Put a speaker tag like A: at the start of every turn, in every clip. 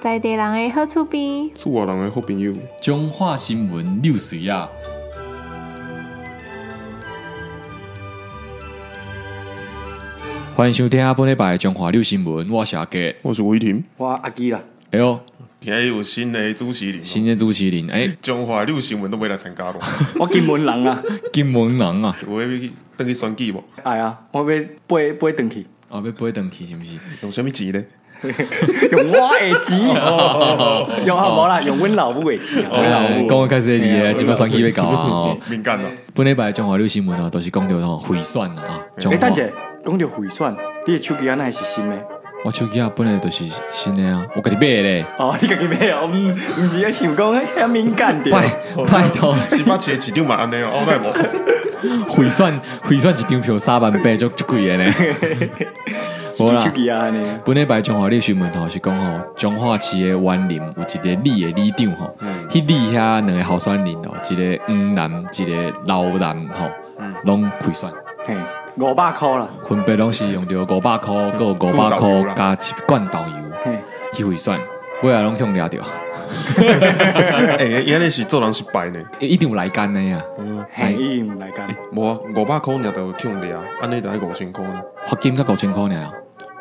A: 在地人的好厝边，
B: 厝外人的好朋友，
C: 中华新闻六水啊，欢迎收听本礼拜的中华六新闻，我是阿杰。
B: 我是吴依婷。
D: 我阿基啦，
C: 哎呦，
B: 今天有新的主席人，哦
C: 新的主持人，哎、
B: 中华六新闻都没来参加 咯。
D: 我金门人啊，
C: 金门人啊，
B: 我要等去选举无？
D: 哎呀，我要飞飞转去，
C: 啊，要飞登去是不是？
D: 哦
B: 用什么钱呢？
D: 用我的钱，用啊无啦，用阮老母的钱
E: 哦
D: 啊，阮老
C: 哎
D: 母
C: 讲我开始你的，即摆选举要搞啊！吼，
B: 敏感啊！
C: 本礼拜的中华六新闻啊，都是讲到吼回选啊啊，中
D: 哎，
C: 华
D: 等者，讲到回选，你的手机安那是新的？
C: 我手机啊本来就是新的啊，我给你买的咧，
D: 哦， 你家己买哦，毋毋是咧想讲哎遐敏感着。
C: 拜拜托，
B: 新北市的市长嘛安尼哦，后来无，
C: 回选回选一张票三万八，就足贵的咧。
D: 一支手机啊安尼，
C: 本礼拜中华历史闻吼是讲吼，彰化市的园林有一个李的李长吼，
D: 嗯
C: 迄李遐两个候选人哦，一个黄男，一个老男吼，
D: 嗯
C: 拢亏选，
D: 嘿，五百箍啦，
C: 分别拢是用着五百箍，
D: 嗯
C: 搁有五
B: 罐
C: 百
B: 豆油
C: 箍
B: 啦
C: 加一罐豆油
D: 嘿，
C: 去回选，尾啊拢向掠着，
B: 哎，伊安尼是做人失败呢。
C: 一定有来干的啊，
D: 嘿，伊毋来干，
B: 无啊，五百箍尔就抢掠，安尼就要五千箍呢。
C: 罚金才五千箍尔，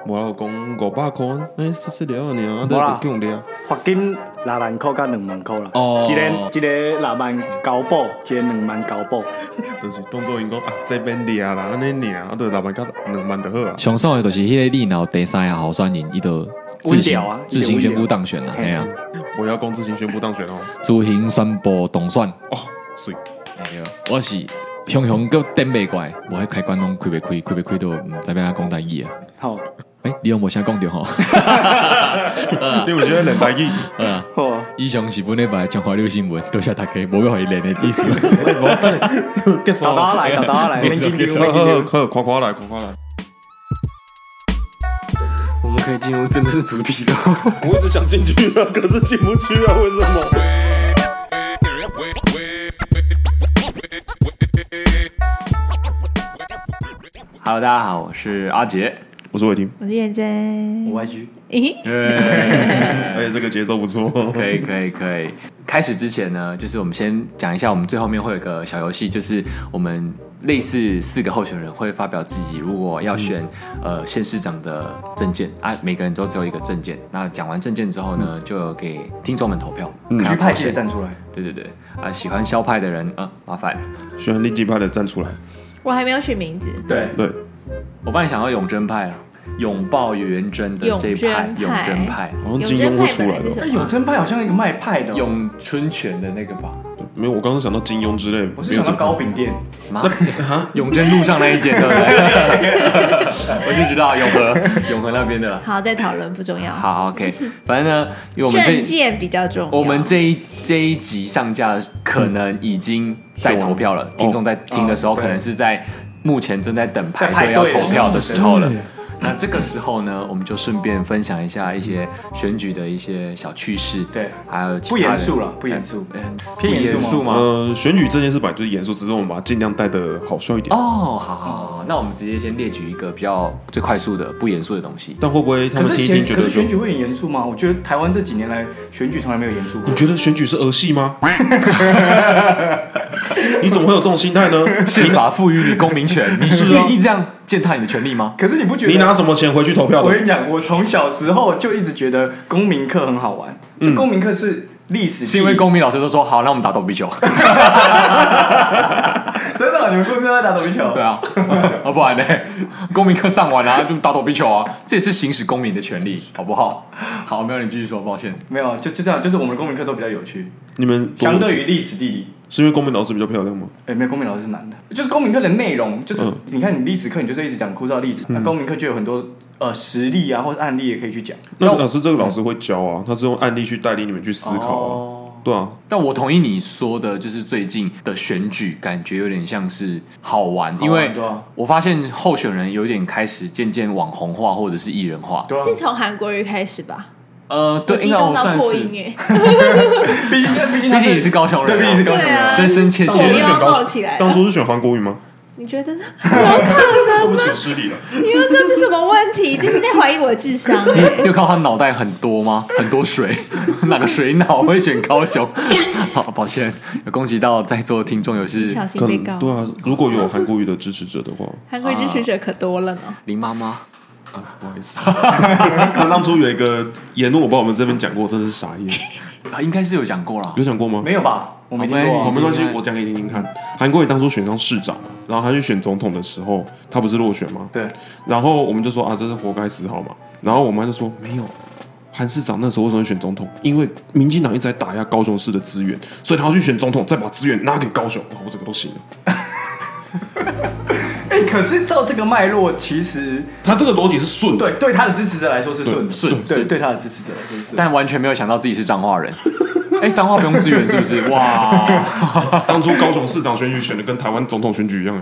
B: 无啊，我讲五百箍，哎，说说了尔，啊，
D: 无啦
B: 就抢掠。
D: 罚金六万箍甲两万箍啦，
C: 哦
D: 一个一个六万交保，一个两万交保，
B: 就是当做因讲啊，这边掠啦，安尼尔，啊，就六万甲两万就好啊。
C: 上爽的就是迄个李然后第三个候选人，伊就自
D: 温
C: 行
D: 调啊
C: 自行宣布当选啊，
D: 嘿
C: 哎啊，
B: 我要讲自行宣布当选哦，
C: 自行宣布当选。
B: 哦， 水，
C: 哎对，我是雄雄个顶袂过来，无迄开关拢开袂开，开袂开都毋知要安怎讲代志啊。
D: 吼，
C: 诶、你拢无啥讲着吼。
B: 你有觉得两百亿？
D: 吼。
C: 以上是本礼拜的中华六新闻，多谢大家，无要互伊练的意思。
B: 结束
D: 豆豆来，豆豆来，免紧张，免紧
B: 好好，
D: 张。
B: 快夸夸来，夸夸来。
D: 我们可以进入真正的主题了。
B: 我一直想进去啊，可是进不去啊，为什么？
C: Hello，大家好，我是阿杰。
B: 我是伟霆，
A: 我是元真。
D: 我 YG，
A: 咦，
B: 而哎且这个节奏不错。
E: 可以，可以，可以。开始之前呢，就是我们先讲一下，我们最后面会有一个小游戏，就是我们类似四个候选人会发表自己，如果要选、
D: 嗯
E: 呃县市长的证件啊，每个人都只有一个证件。那讲完证件之后呢，就有给听众们投票。
D: 区嗯派系站出来，
E: 对对对，啊，喜欢肖派的人啊、麻烦。
B: 喜欢立即派的站出来，
A: 我还没有取名字。
E: 对
B: 对，
E: 我本来想要永贞派啊，拥抱元贞的这一派，
A: 永贞
E: 永
A: 派
E: 贞派，
B: 好像
A: 永
B: 金
A: 贞
B: 庸
A: 派
B: 会出
A: 本
B: 来
A: 是
B: 的。
D: 那
A: 什
D: 永
A: 么？
D: 贞派好像一个卖派的哦，
E: 咏春拳的那个吧。
B: 没有，我刚刚想到金庸之类，
D: 我是想到糕饼店，
E: 妈，啊永贞路上那一间对不对？ 我就知道永和，永和那边的啦。
A: 好，再讨论不重要。，
E: 好，OK，反正呢，因为我们
A: 证
E: 这
A: 件比较重要。
E: 我们这一这一集上架，可能已经在投票了。听众在听的时候，
D: 哦对
E: 可能是在目前正在等排队嗯
D: 在
E: 要
D: 排队
E: 投票的时候了。那这个时候呢，我们就顺便分享一下一些选举的一些小趣事，
D: 对
E: 还有其
D: 不
E: 他
D: 严
E: 的
D: 肃了，不严肃，
E: 嗯
D: 偏严肃吗
E: 不吗？
B: 呃，选举这件事本来就是严肃，只是我们把它尽量带的好笑一点。
E: 哦，好好好，好那我们直接先列举一个比较最快速的、不严肃的东西。
B: 但会不会他
D: 可
B: 们
D: 是
B: 听一听
D: 选
B: 觉
D: 可
B: 得
D: 是
B: 说
D: 选？举会很严肃吗？我觉得台湾这几年来选举从来没有严肃 过
B: 你。觉得选举是儿戏 吗？你怎么会有这种心态呢？
E: 宪法赋予你公民权，你
B: 是啊
E: 愿意这样践踏你的权利吗？
D: 可是你不觉
B: 你拿
D: 得？
B: 什么钱回去投票
D: 我
B: 的？
D: 跟你讲，我从小时候就一直觉得公民课很好玩，就公民课是历史地理，
E: 嗯是因为公民老师都说好，那我们打躲避球。
D: 真的你们公民课要打躲避球
E: 对？啊，啊不然呢？公民课上完啊，就打躲避球啊，这也是行使公民的权利，好不好？好，没有人继续说，抱歉。
D: 没有，就就这样，就是我们的公民课都比较有趣，
B: 你们
D: 相对于历史地理。
B: 是因为公民老师比较漂亮吗？
D: 哎、没有公民老师是男的，就是公民课的内容，就是、你看你历史课，你就是一直讲枯燥历史，那、公民课就有很多呃实例啊或者案例也可以去讲。
B: 那老师这个老师会教啊，他是用案例去带领你们去思考
D: 哦
B: 啊。对啊，
E: 但我同意你说的，就是最近的选举感觉有点像是好玩，因为
D: 对啊
E: 我发现候选人有点开始渐渐网红化或者是艺人化。
D: 对啊
A: 是，从韩国瑜开始吧？
E: 呃，对，
A: 激
E: 应该
A: 动
E: 我
A: 到
E: 算
A: 破
E: 是
A: 音。耶！
D: 毕竟毕竟
E: 毕
D: 他
E: 竟你是高雄人、啊，
D: 对，毕竟你是高
A: 对
D: 雄人，
A: 啊，
E: 深深切
A: 我
E: 切
A: 又
E: 地
A: 要
E: 选
A: 抱起来了。
B: 当初是选韩国语吗？
A: 你觉得呢？ 有可能
B: 不
A: 吗？
B: 请失礼了。
A: 你说这是什么问题？这是在怀疑我的智商哎、
E: 你有看到他脑袋很多吗？很多水， 哪个水脑会选高雄？ 好，抱歉，有攻击到在座的听众，有是
A: 小心
B: 可
A: 被
B: 能
A: 告。
B: 对啊，如果有韩国语的支持者的话，
A: 韩国支持者可多了呢。
E: 林妈妈，
B: 啊，不好 意思，他当初有一个言论，我不知道我们这边讲过，真的是傻 眼，
E: 啊应该是有讲过了。
B: 有讲过吗？
D: 没有吧？我没听过
B: 好，
D: 啊。
B: 没关系
E: 你，看
B: 我讲给你听听看。韩国瑜当初选上市长嘛，然后他去选总统的时候，他不是落选吗？
D: 对，
B: 然后我们就说啊，这是活该死好嘛。然后我妈就说没有，韩市长那时候为什么会选总统？因为民进党一直在打压高雄市的资源，所以他要去选总统，再把资源拿给高雄。哇，哦我整个都醒了。
D: 哎，可是照这个脉络，其实
B: 他这个逻辑是顺的，
D: 对对他的支持者来说是顺的，
E: 顺
D: 对
E: 顺
D: 对他的支持者来说是顺的。
E: 但完全没有想到自己是彰化人。 哎、彰化不用支援是 不是？哇，
B: 当初高雄市长选举选的跟台湾总统选举一样。啊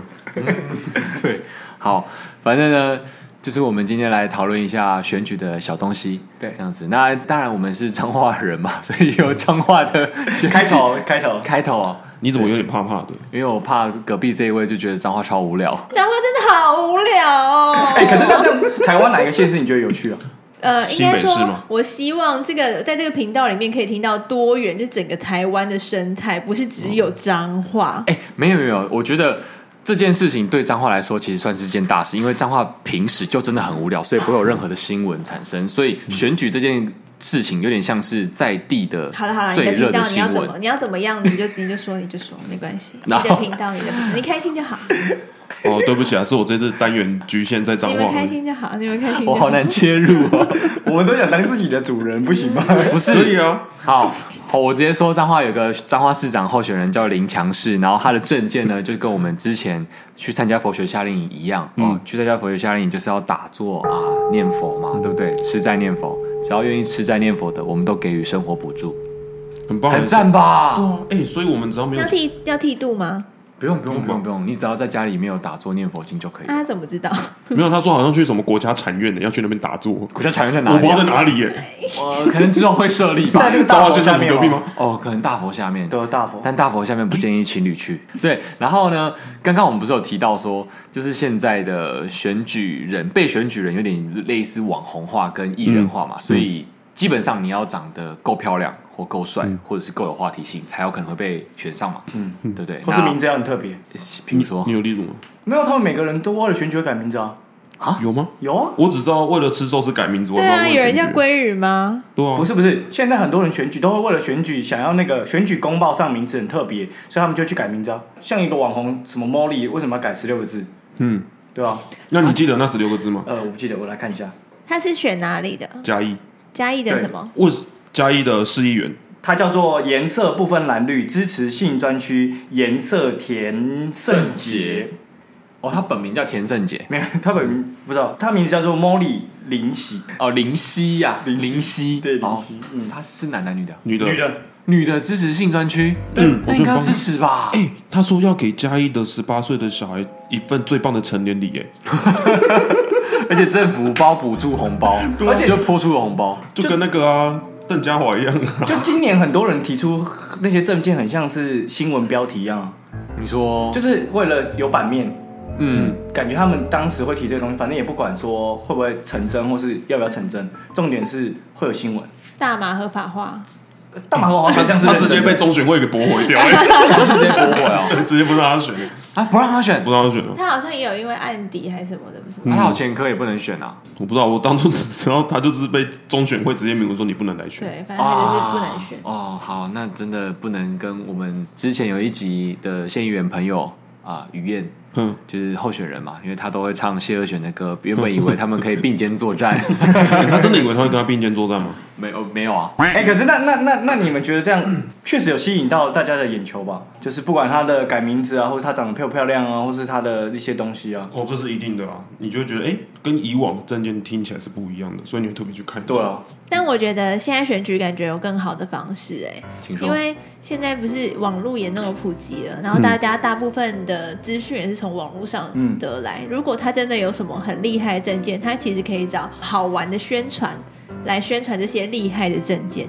E: 对，好，反正呢，就是我们今天来讨论一下选举的小东西，
D: 对
E: 这样子。那当然我们是彰化人嘛， 所以有彰化的选举
D: 开头开头，
E: 开头啊，
B: 你怎么有点怕怕的？
E: 因为我怕隔壁这一位就觉得彰化超无聊。
A: 讲话真的好无聊哦。
D: 哎，可是那这样，台湾哪一个县市你觉得有趣啊？
A: 呃，应
B: 新北
A: 该
B: 市
A: 说
B: 吗，
A: 我希望这个在这个频道里面可以听到多元，就整个台湾的生态，不是只有脏话。
E: 哎、没有没有，我觉得这件事情对彰化来说其实算是件大事，因为彰化平时就真的很无聊，所以不会有任何的新闻产生，所以选举这件事情有点像是在地的
A: 好了好了，你
E: 哎最
A: 的
E: 热
A: 频道你
E: 新
A: 要怎
E: 闻
A: 么。你要怎么样，你就你就说你就说，没关 系。你
E: 然
A: 的
E: 后
A: 频道，你的频道你开心就好，
B: 哦，对不起啊，是我这次单元局限在彰
A: 你们
B: 化
A: 开。心就好，你们开心。
E: 我好。难切入啊！
D: 我们都想当自己的主人，不行吗？
E: 不是，
B: 可以啊，
E: 好，哦好，我直接说彰化有个彰化市长候选人叫林强势，然后他的证件呢，就跟我们之前去参加佛学夏令营一样，嗯，去参加佛学夏令营就是要打坐啊，念佛嘛，对不对？吃斋念佛，只要愿意吃斋念佛的，我们都给予生活补助，
B: 很棒，
E: 很赞吧？
B: 哦。哎，所以我们只要没有
A: 要剃要剃度吗？
E: 不用不用
B: 不用
E: 不用不用，你只要在家里面有打坐念佛经就可以
A: 啊，。他怎么知道？
B: 没有，他说好像去什么国家产院的，要去那边打坐。
E: 国家产业在
B: 我
E: 哪
B: 不
E: 里
B: 知道在
E: 啊？
B: 哪里耶，
E: 我可能之后会设立吧
D: 在。那个
B: 彰
D: 大
B: 化
D: 佛
B: 县
D: 下
B: 政府
D: 面
B: 隔壁吗？？
E: 哦，可能大佛下面。
D: 对，啊大佛。
E: 但大佛下面不建议情侣去。 对，然后呢，刚刚我们不是有提到说，就是现在的选举人被选举人有点类似网红化跟艺人化嘛，嗯所以基本上你要长得够漂亮或够帅，或者是够有话题性，才有可能会被选上嘛，嗯，对不对？
D: 或是名字要很特别，
E: 那，比如
D: 哦
E: 说
B: 你有例如吗？
D: 没有，他们每个人都为了选举而改名字啊，
B: 有吗？
D: 有啊，
B: 我只知道为了吃寿司改名字，我
A: 对
B: 不
A: 啊，
B: 知道为
A: 有人
B: 什
A: 叫
B: 么
A: 鲑鱼吗？
B: 对啊，
D: 不是不是，现在很多人选举都会为了选举想要那个选举公报上名字很特别，所以他们就去改名字啊。像一个网红什么 Molly，为什么要改十六个字？
B: 嗯，
D: 对啊，
B: 那你记得那十六个字吗？
D: 呃，我不记得，我来看一下，
A: 他是选哪里的？
B: 嘉义，
A: 嘉义的什么？
B: 我是嘉义的市议员，
D: 它叫做颜色不分蓝绿，支持性专区颜色田圣
E: 圣
D: 杰
E: 杰。哦，他本名叫田胜杰，
D: 没有，他本名不知道，他名字叫做 Molly 林喜，
E: 哦，林夕呀、
D: 林夕
E: 林夕，
D: 对
E: 哦
D: 林夕嗯
E: 他是男男女的，
B: 女的。
D: 女的，
E: 女的支持性专区，
B: 嗯我
E: 那
B: 觉
E: 应
B: 得
E: 该
B: 很
E: 要
B: 棒
E: 支持吧？
B: 哎，他说要给嘉义的十八岁的小孩一份最棒的成年礼，哎，
E: 而且政府包补助红包，而且就泼出了红包，
B: 就跟那个啊邓家华一样 啊。
D: 就今年很多人提出那些证件，很像是新闻标题一样啊，
E: 你说
D: 就是为了有版面，
E: 嗯，
D: 感觉他们当时会提这个东西，反正也不管说会不会成真，或是要不要成真，重点是会有新闻。
A: 大麻合法化？
D: 呃大马猴好像像是
B: 他
D: 认
B: 直
D: 真的
B: 接被中选会给驳回掉， 哎
E: 他是直接驳回哦，
B: 直接不让他选，
E: 啊，不让他选，
B: 不让他选啊了。
A: 他好像也有因为案底还是什么的，不是吗？
E: 他有前科也不能选啊，
B: 我不知道，我当初只知道他就是被中选会直接明文说你不能来选。
A: 对，反正
E: 啊
A: 他就是不能选。
E: 哦，好，那真的不能跟我们之前有一集的县议员朋友啊，于燕。
B: 嗯，
E: 就是候选人嘛，因为他都会唱谢和弦的歌，原本以为他们可以并肩作 战，
B: 他哎真的以为他会跟他并肩作战吗？
E: 没有没有啊，
D: 哎、可是那那那那你们觉得这样确实有吸引到大家的眼球吧？就是不管他的改名字啊，或是他长得漂不漂亮啊，或是他的一些东西啊，
B: 哦，这是一定的啊，你就会觉得哎、跟以往证件听起来是不一样的，所以你会特别去看。
D: 对，啊，
A: 但我觉得现在选举感觉有更好的方式、哎，
E: 请说
A: 因。为现在不是网络也那么普及了，然后大家大部分的资讯也是从网络上
D: 嗯
A: 得来。如果他真的有什么很厉害的证件，他其实可以找好玩的宣传来宣传这些厉害的证件，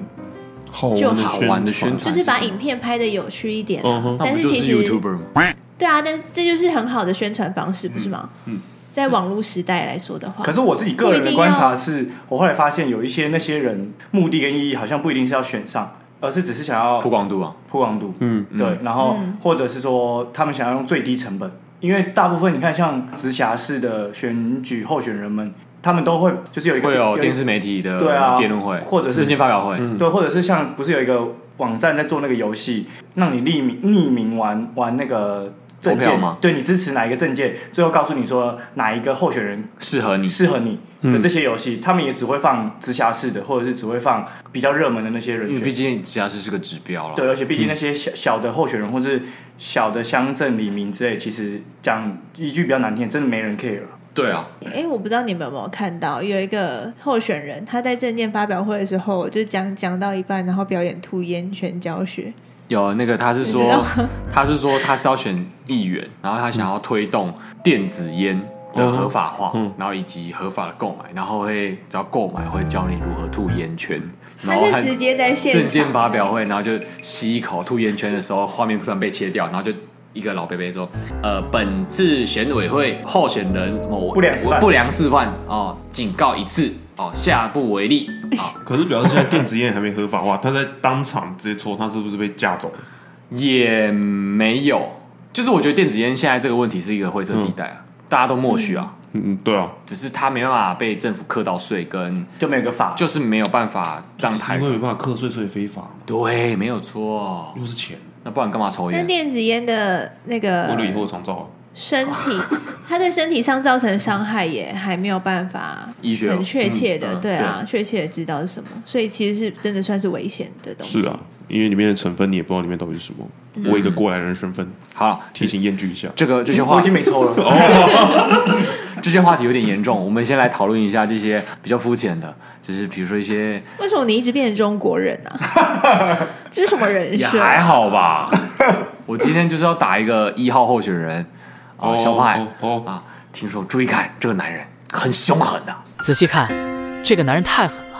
B: 好
A: 就
B: 玩的
E: 好玩的
B: 宣传
E: 宣传
A: 就是把影片拍的有趣一点啊、
B: 嗯哼
E: 那
A: 但
E: 不
A: 是
E: 就
A: 其
E: 是
A: 实
E: YouTuber 吗？
A: 对啊，但是这就是很好的宣传方式，不是吗？嗯，在网络时代来说的话，
D: 可是我自己个人的观察是，我后来发现有一些那些人目的跟意义好像不一定是要选上，而是只是想要
E: 曝光度啊，
D: 曝光度。
B: 嗯，
D: 对，然后
A: 嗯
D: 或者是说他们想要用最低成本，因为大部分你看像直辖市的选举候选人们，他们都会就是有一个
E: 会有
D: 一个
E: 电视媒体的
D: 对啊
E: 辩论会，
D: 或者是嗯
E: 证件发表会，
D: 对，或者是像不是有一个网站在做那个游戏，让你匿名匿名玩玩那个证
E: 投票
D: 件
E: 吗
D: 对你支持哪一个证件，最后告诉你说哪一个候选人
E: 适合你。
D: 适合你的这些游戏，他们也只会放直辖市的，或者是只会放比较热门的那些人
E: 因为毕
D: 选。
E: 竟直辖市是个指标了，
D: 对，而且毕竟那些小小的候选人或是小的乡镇里民之类，其实讲一句比较难听，真的没人 care。
E: 对啊，
A: 哎，我不知道你们有没有看到，有一个候选人他在证件发表会的时候，就讲讲到一半，然后表演吐烟圈教学，
E: 有那个他是
A: 你知道
E: 说， 他是说他是要选议员，然后他想要推动电子烟的
D: 嗯
E: 合法化，然后以及合法的购买，然后会只要购买会教你如何吐烟圈，然后
A: 他是直接在现
E: 证件
A: 场。
E: 发表会，然后就吸一口吐烟圈的时候，画面突然被切掉，然后就。一个老伯伯说：“呃，本次选委会候选人某
D: 不良示范
E: 不良示范哦，警告一次哦，下不为 例。哦
B: 可是表示现在电子烟还没合法 化，他在当场直接抽，他是不是被架走？
E: 也没有，就是我觉得电子烟现在这个问题是一个灰色地
D: 嗯
E: 带啊，大家都默许啊，
B: 嗯，对啊，
E: 只是它没办法被政府课到税，跟
D: 就没有个法，
E: 就是没有办法让台
B: 因为没办法课税，所以非法，
E: 对，没有错，哦
B: 又是钱，
E: 那不然干嘛抽
A: 但
E: 烟？
A: 电子烟的那
B: 为了以
A: 个
B: 后的长照啊。
A: 身体，它对身体上造成伤害也还没有办法
E: 医学
A: 很确切
E: 嗯
A: 的，
E: 嗯
A: 对啊，确切的知道是什么，所以其实是真的算是危险的东西。
B: 是啊，，因为里面的成分你也不知道里面到底是什么。我以一个过来人身份
E: 好了，
B: 提醒厌惧一下。
E: 这个这些
D: 我
E: 话
D: 已经没抽了。
E: 哦这些话题有点严重，我们先来讨论一下这些比较肤浅的，就是比如说一些
A: 为什么你一直变成中国人啊？这是什么人
E: 也
A: 设？
E: 还好 吧。我今天就是要打一个一号候选人啊，肖派
B: 哦哦
E: 啊，听说追看这个男人很凶狠的，
F: 仔细看，这个男人太狠了。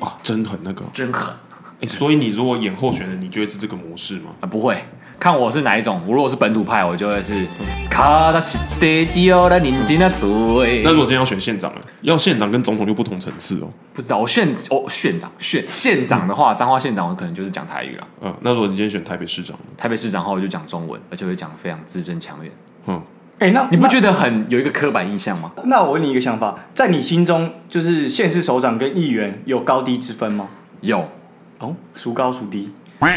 B: 哦啊，真很那个。
E: 真狠。
B: 哎，所以你如果演候选人，你就会是这个模式吗？
E: 啊，不会。看我是哪一种，我如果是本土派，我就会是卡达西德基奥的宁静的嘴
B: 那。如果今天要选县长呢？要县长跟总统就不同层次哦。
E: 不知道我县哦县长县县长的话，彰化县长我可能就是讲台语了，
B: 嗯，那如果你今天选台北市长呢？
E: 台北市长的话我就讲中文，而且我会讲得非常字正腔圆。
B: 嗯，
D: 哎、那
E: 你不
D: 那
E: 觉得很有一个刻板印象吗？
D: 那我问你一个想法，在你心中，就是县市首长跟议员有高低之分吗？
E: 有，
D: 哦，孰高孰低？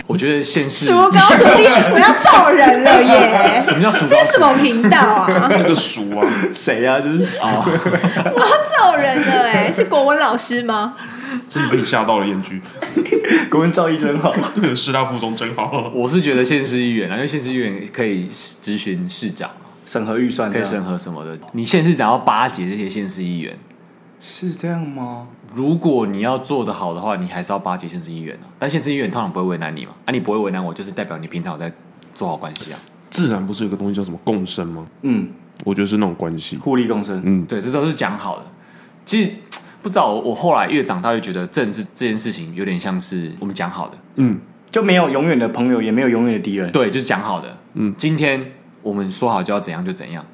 E: 我觉得县市
A: 什么高什么低？我要揍人了耶！
E: 什么叫数
A: 这
E: 高
A: 是什么频道啊？
B: 那个鼠 啊，
D: 谁呀、啊？就是
A: 我要揍人了哎！是国文老师吗？
B: 是你被你吓到了厌惧。
D: 国文造诣真好。
B: 师大附中真好。
E: 我是觉得县市议员啊，因为县市议员可以咨询市长，
D: 审核预算
A: 啊
E: 可以
D: 这
E: 审
D: 样
E: 核什么的。你县市长要巴结这些县市议员，
D: 是这样吗？
E: 如果你要做得好的话，你还是要巴结县市议员的、啊但县市议员通常不会为难你嘛，啊，你不会为难我，就是代表你平常有在做好关系啊。
B: 自然不是有个东西叫什么共生吗？
D: 嗯，
B: 我觉得是那种关系。
D: 互利共生。
B: 嗯，
E: 对，这都是讲好的。其实不知道我，我后来越长大越觉得政治这件事情有点像是我们讲好的，
B: 嗯，
D: 就没有永远的朋友，也没有永远的敌人。
E: 对，就是讲好的。
B: 嗯
E: 嗯，今天我们说好就要怎样就怎样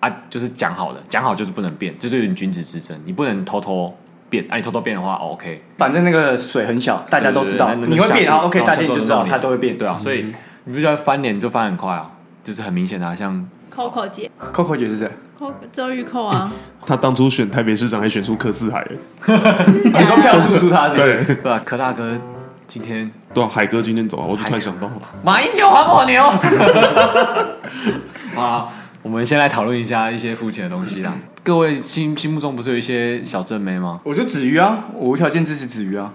E: 啊，就是讲好的，讲好就是不能变，就是有点君子之争，你不能偷偷变，啊，你偷偷变的话、哦、，OK，
D: 反正那个水很小，大家都知道，
E: 对对对
D: 你会变
E: 那那
D: 啊。
E: 下次
D: OK，大家
E: 下次
D: 就知道
E: 弄你
D: 他都会变。
E: 对啊，所
B: 嗯
E: 以你不觉得翻脸就翻很快啊，就是很明显的、啊，像
A: Coco 姐
D: ，Coco 姐是谁？
A: ，Coco 周玉蔻啊，
B: 他当初选台北市长还选出柯四海耶，
D: 你说票数输他是不是？
B: 对
E: 对啊，柯大哥今天
B: 对啊，海哥今天走啊，我就突然想到，
E: 马英九黄火牛。 好，我们先来讨论一下一些肤浅的东西啦。各位心心目中不是有一些小正妹吗？
D: 我就子瑜啊，我无条件支持子瑜啊。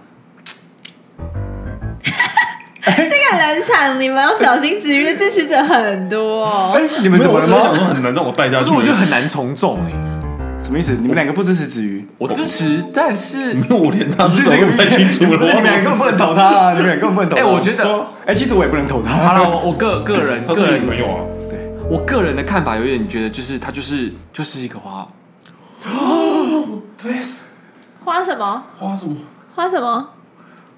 A: 这个冷场你们要小心，子瑜的支持者很多哦。
D: 哎你们
B: 没
D: 怎
B: 有
D: 么
B: 我
D: 了
B: 真的想
D: 吗？
B: 说很难让我带下
E: 可
B: 去。
E: 是我觉得很难从众哎。
D: 什么意思？你们两个不支持子瑜？
E: 我支持，但是
B: 没有，我连他是
D: 这
B: 谁
D: 个
B: 都不太清楚了。
D: 你们
B: 我
D: 两个根本不能投他啊！你们两个根本不能投他。
E: 哎我觉得
D: 对啊，哎，其实我也不能投他。
E: 好了，我我个个人
B: 他
E: 个
B: 是女
E: 人
B: 朋友啊，
E: 我个人的看法有点觉得就是他就是就是一个花
A: 花什么？
B: 花什么？
A: 花什么？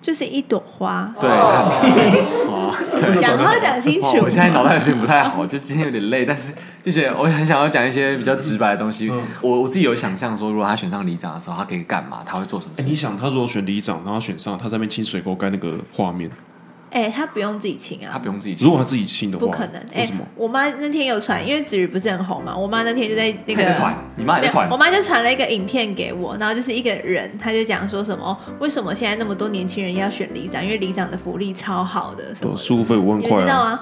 A: 就是一朵花。
E: 对，话。
B: 真的
A: 讲
B: 得
A: 话讲清楚
E: 哇，哦我现在脑袋有点不太好，就今天有点累，但是就觉得我很想要讲一些比较直白的东西。我我自己有想象说，如果他选上里啊长的时候，他可以干嘛？他会做什么
B: 哎
E: 事？
B: 你想，他如果选里长，然后他选上，他在那边清水沟盖那个画面，
A: 哎、他不用自己请
E: 他
A: 啊，
E: 不用自己清
B: 如果他自己清的话，
A: 不可能。哎、
B: 为什么？
A: 我妈那天有传，因为子瑜不是很红嘛，我妈那天就在那
E: 他也在
A: 个
E: 传，你妈也在传
A: 我，妈就传了一个影片给我，然后就是一个人，他就讲说什么、哦为什么现在那么多年轻人要选里长，因为里长的福利超好的什
B: 对，
A: 么的。
B: 事务费五万
A: 你们
B: 块
A: 知道
B: 啊，
A: 吗？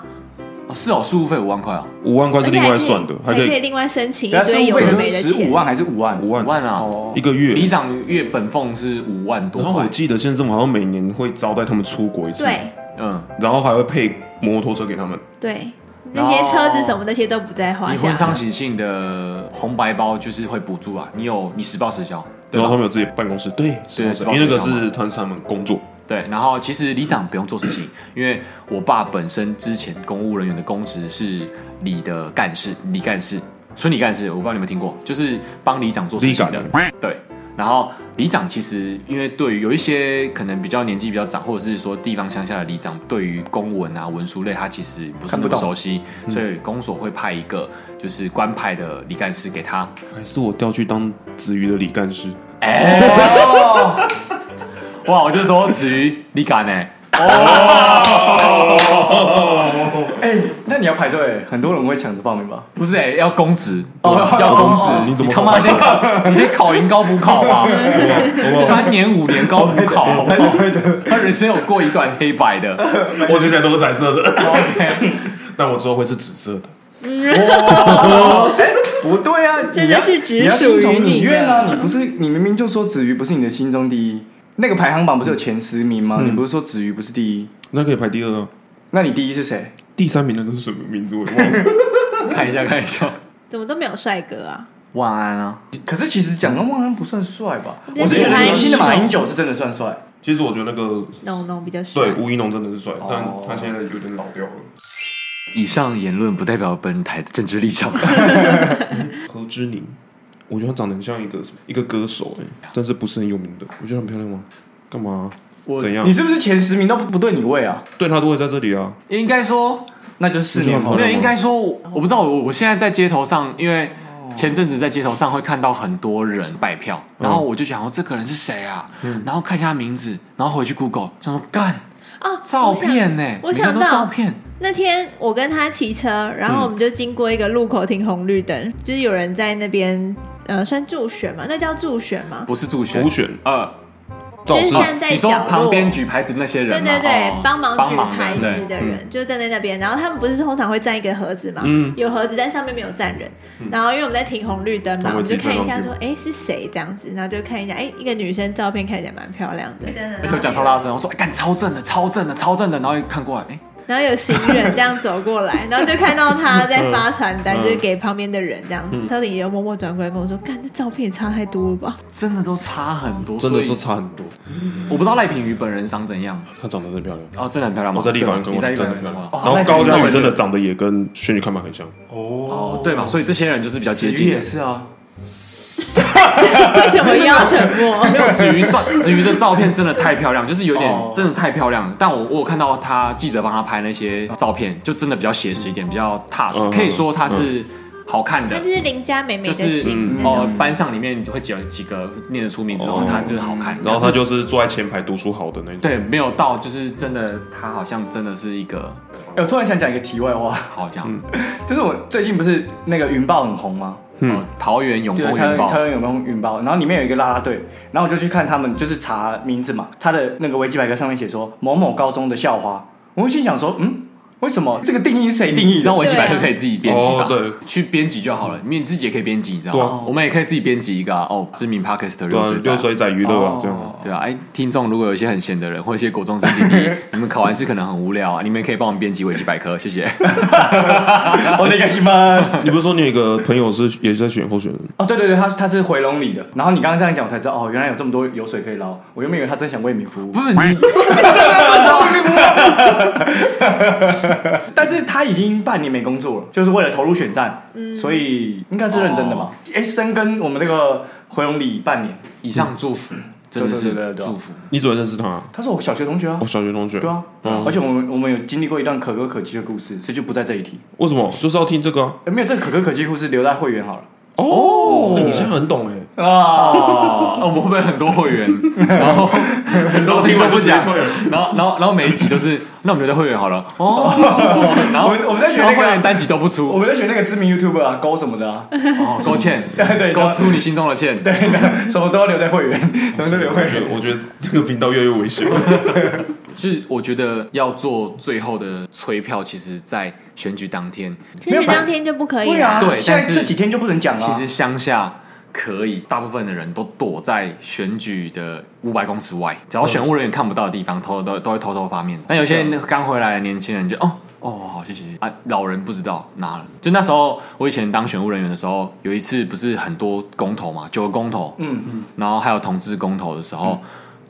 E: 哦是哦，事务费五万块哦，
B: 五万块
A: 而
B: 是
A: 且
B: 另
A: 还
B: 外
A: 可以
B: 算的，还
A: 还
B: 可
A: 可以
B: 以
A: 另外申请一
D: 等下
A: 堆
D: 付费
A: 有的
D: 就
A: 没的
D: 是十
A: 钱
D: 五。万还是五万？
B: 五万
E: 五万啊！
D: 哦
B: 一，个月。
E: 里长月本俸是五万多
B: 然后我
E: 块，
B: 记得县政府好像每年会招待他们出国一次，
A: 对
E: 嗯，
B: 然后还会配摩托车给他们。
A: 对，那些车子什么那些都不在话
E: 你
A: 下
E: 婚。丧喜庆的红白包就是会补助啊，你有你实报实销，对
B: 然后他？
E: 吧
B: 们有啊自己的办公室，对，是
E: 对
B: 是
E: 是
B: 因为那个
E: 是是
B: 是他他们工作，
E: 对，然后其实里长不用做事情，因为我爸本身之前公务人员的公职是里的干事，里干事，村里干事，我不知道你们听过，就是帮里长做事情的
B: 里。
E: 对，然后里长其实因为对于有一些可能比较年纪比较长，或者是说地方乡下的里长，对于公文啊文书类他其实不是
D: 看
E: 那
D: 不
E: 么
D: 懂嗯
E: 熟悉，所以公所会派一个就是官派的里干事给他。
B: 还哎是我调去当子瑜的李干事，
E: 哇，我就说子瑜欸里干呢、
D: 哎，那你要排队，很多人会抢着报名吧？
E: 不是哎、要公职哦，要公职，
B: 你怎么
E: 他妈先考，你先考赢高补考吧，三年五年高补考，好不好？他人生有过一段黑白的
B: 我就想都是彩色的，
E: ，OK，
B: 但我之后会是紫色的。
D: 不对啊，
A: 真的是只
D: 你要
A: 属于
D: 心中
A: 你
D: 你
A: 的
D: 愿啊！你不是你明明就说子瑜不是你的心中第一，那个排行榜不是有前十名吗？你不是说子瑜不是第一？
B: 那可以排第二啊，
D: 那你第一是谁？
B: 第三名那个是什么名字我也忘了。
E: 看一下看一下，
A: 怎么都没有帅哥啊？
E: 晚安啊，
D: 可是其实蒋万安不算帅吧？
A: 对
D: 我是觉得
A: 马英
D: 年轻的
A: 九
D: 马英九是真的算帅。
B: 其实我觉得那个
A: 农农比较帅。
B: 对吴一农真的是帅，但
D: 哦
B: 他现在有点老掉了。
E: 以上言论不代表本台的政治立场，
B: 何之宁，我觉得他长得很像一个一个歌手哎、但是不是很有名的。我觉得很漂亮吗？干嘛？怎样
D: 你？是不是前十名都不不对你位啊？
B: 对他都会在这里啊。
E: 应该说
D: 哦那就是四年后
B: 我觉得很漂亮
E: 没有，应该说我我不知道，我我现在在街头上，因为前阵子在街头上会看到很多人拜票，然后我就想说这个人是谁啊？然后看一下名字，然后回去 Google，想说干
A: 哦，
E: 照片呢、
A: 我想
E: 每个人都
A: 到
E: 照片，
A: 那天我跟他骑车，然后我们就经过一个路口停红绿
E: 嗯
A: 灯，就是有人在那边呃算助选嘛，那叫助选嘛，
E: 不是助选
B: 浮，选
E: 呃，
A: 就是站
E: 哦
A: 在
E: 你
A: 角
E: 说
A: 落。
E: 旁边举牌子那些人
A: 对
E: 嘛，
A: 对对
E: 哦，
A: 帮忙
E: 帮
A: 举
E: 忙嗯
A: 牌
E: 的
A: 子的人就站在那边，然后他们不是通常会站一个盒子嘛，
B: 嗯
A: 有盒子但上面没有站人，
E: 嗯
A: 然后因为我们在停红绿灯嘛，
B: 他
A: 我
B: 们
A: 们
B: 自
A: 就
B: 己
A: 看一下
B: 站上去
A: 说，哎是谁这样子，然后就看一下，哎一个女生照片看起来蛮漂亮的，
E: 而且我讲超大声，我说哎干超正的，超正的，超正的，然后一看过来，哎，
A: 然后有行人这样走过来， 然后就看到他在发传单，
D: 嗯
A: 就是给旁边的人这样子，车顶也就默默转过来跟我说，干这照片也差太多了吧，
E: 真的都差很多，
B: 真的就
E: 所以
B: 差很多。
E: 我不知道赖品妤本人长怎样，
B: 她长得真的漂亮，
E: 哦，真的很漂亮
B: 啊
E: 吗？
B: 我在立法院
E: 对
B: 跟
E: 你
B: 我
E: 在
B: 真
E: 立
B: 的
E: 哦法
B: 很漂
E: 院看
B: 亮。
E: 过
B: 然后高
E: 那
B: 嘉
E: 我
B: 宇
E: 就
B: 真的长得也跟轩女看板很像，
E: 哦，对嘛，所以这些人就是比较接
D: 子
E: 近
D: 瑜也
E: 的。
D: 是啊，
A: 为什么又要沉 默？
E: 没有子瑜照子瑜的照片真的太漂亮，就是有点
D: 哦
E: 真的太漂亮了。但我我有看到他记者帮他拍那些照片，就真的比较写实一点，比较踏实
B: 嗯，
E: 可以说他是好看
A: 她
E: 的
A: 就。是邻家美眉
E: 就
A: 的
E: 是
A: 型，
B: 嗯
E: 哦，班上里面会几几个念得出名字，
B: 哦
E: 哦，他真的好看。
B: 然后她
E: 可是
B: 就是坐在前排读书好的那种。
E: 对没有到，就是真的他好像真的是一个
D: 哎，我突然想讲一个题外话，
E: 好哦像
B: 嗯
D: 就是我最近不是那个云豹很红吗？
B: 嗯
E: 哦桃园永
D: 对，
E: 丰
D: 台
E: 云
D: 湾
E: 豹
D: 台湾有没有云豹？然后里面有一个啦啦队，然后我就去看他们，就是查名字嘛，他的那个维基百科上面写说某某高中的校花，我就心想说，嗯，为什么这个定义是谁定义
E: 你知道
D: 的？
E: 维基百科
A: 对啊
E: 可以自己编辑吧？
B: 哦对，
E: 去编辑就好了，因为你自己也可以编辑，你知道
B: 对
E: 吗
B: 啊？
E: 我们也可以自己编辑一个啊哦，知名 podcast
B: 对啊，
E: 热水
B: 六
E: 仔。
B: 水仔娱乐啊
D: 哦，
B: 这样。
E: 对啊，哎，听众如果有一些很闲的人，或者一些国中生弟弟， 你们考完试可能很无聊啊，你们也可以帮我们编辑维基百科，谢 谢。
D: 我那个西吗？
B: 你不是说你有一个朋友是也是在选候选人？
D: 哦，对对对，他他是回笼里的。然后你刚刚这样讲，我才知道哦，原来有这么多油水可以捞。我原本以为他真想为民服务
E: 不，是你，
D: 但是他已经半年没工作了，就是为了投入选战，所哦以应该是认真的吧？哎、深耕我们那个回笼里半年，
E: 以上祝福真的是
D: 对对对对对
E: 祝福。
B: 你怎么认识他啊？
D: 他是我小学同学啊
B: 我，小学同学。
D: 对啊，
B: 嗯
D: 而且我们我们有经历过一段可歌可泣的故事，这就不在这一题。
B: 为什么？就是要听这个啊。
D: 哎没有这个可歌可泣的故事留在会员好了
B: 哦，你现在很懂哎。
E: 哦，我们会不会很多会员， 然后很多听都 不讲，然后然后然后每一集都是，那我们留在会员好了。哦，然后
D: 我们我们在学
E: 然后
D: 那个
E: 会员单集都不出，
D: 我们在选那个知名 YouTube 啊，勾什么的 啊，
E: 哦，勾芡，
D: 对
E: 勾出你心中的芡。
D: 对的，什么都要留在会员，什么都留会
B: 我觉
D: 员。
B: 得我觉得这个频道越来越危 险了。
E: 是我觉得要做最后的催票，其实，在选举当天，
A: 选举当天就不可以
D: 啊，
A: 啦。
E: 对
D: 现
E: 但
D: 在
E: 是
D: 这几天就不能讲了啊。
E: 其实乡下可以，大部分的人都躲在选举的五百公尺外，只要选务人员看不到的地
D: 嗯
E: 方，偷都都会偷偷发面。
D: 啊
E: 但有些刚回来的年轻人就哦。哦，好，谢谢谢谢啊！老人不知道拿了，就那时候我以前当选务人员的时候，有一次不是很多公投嘛，九个公投，
D: 嗯嗯，
E: 然后还有同志公投的时候，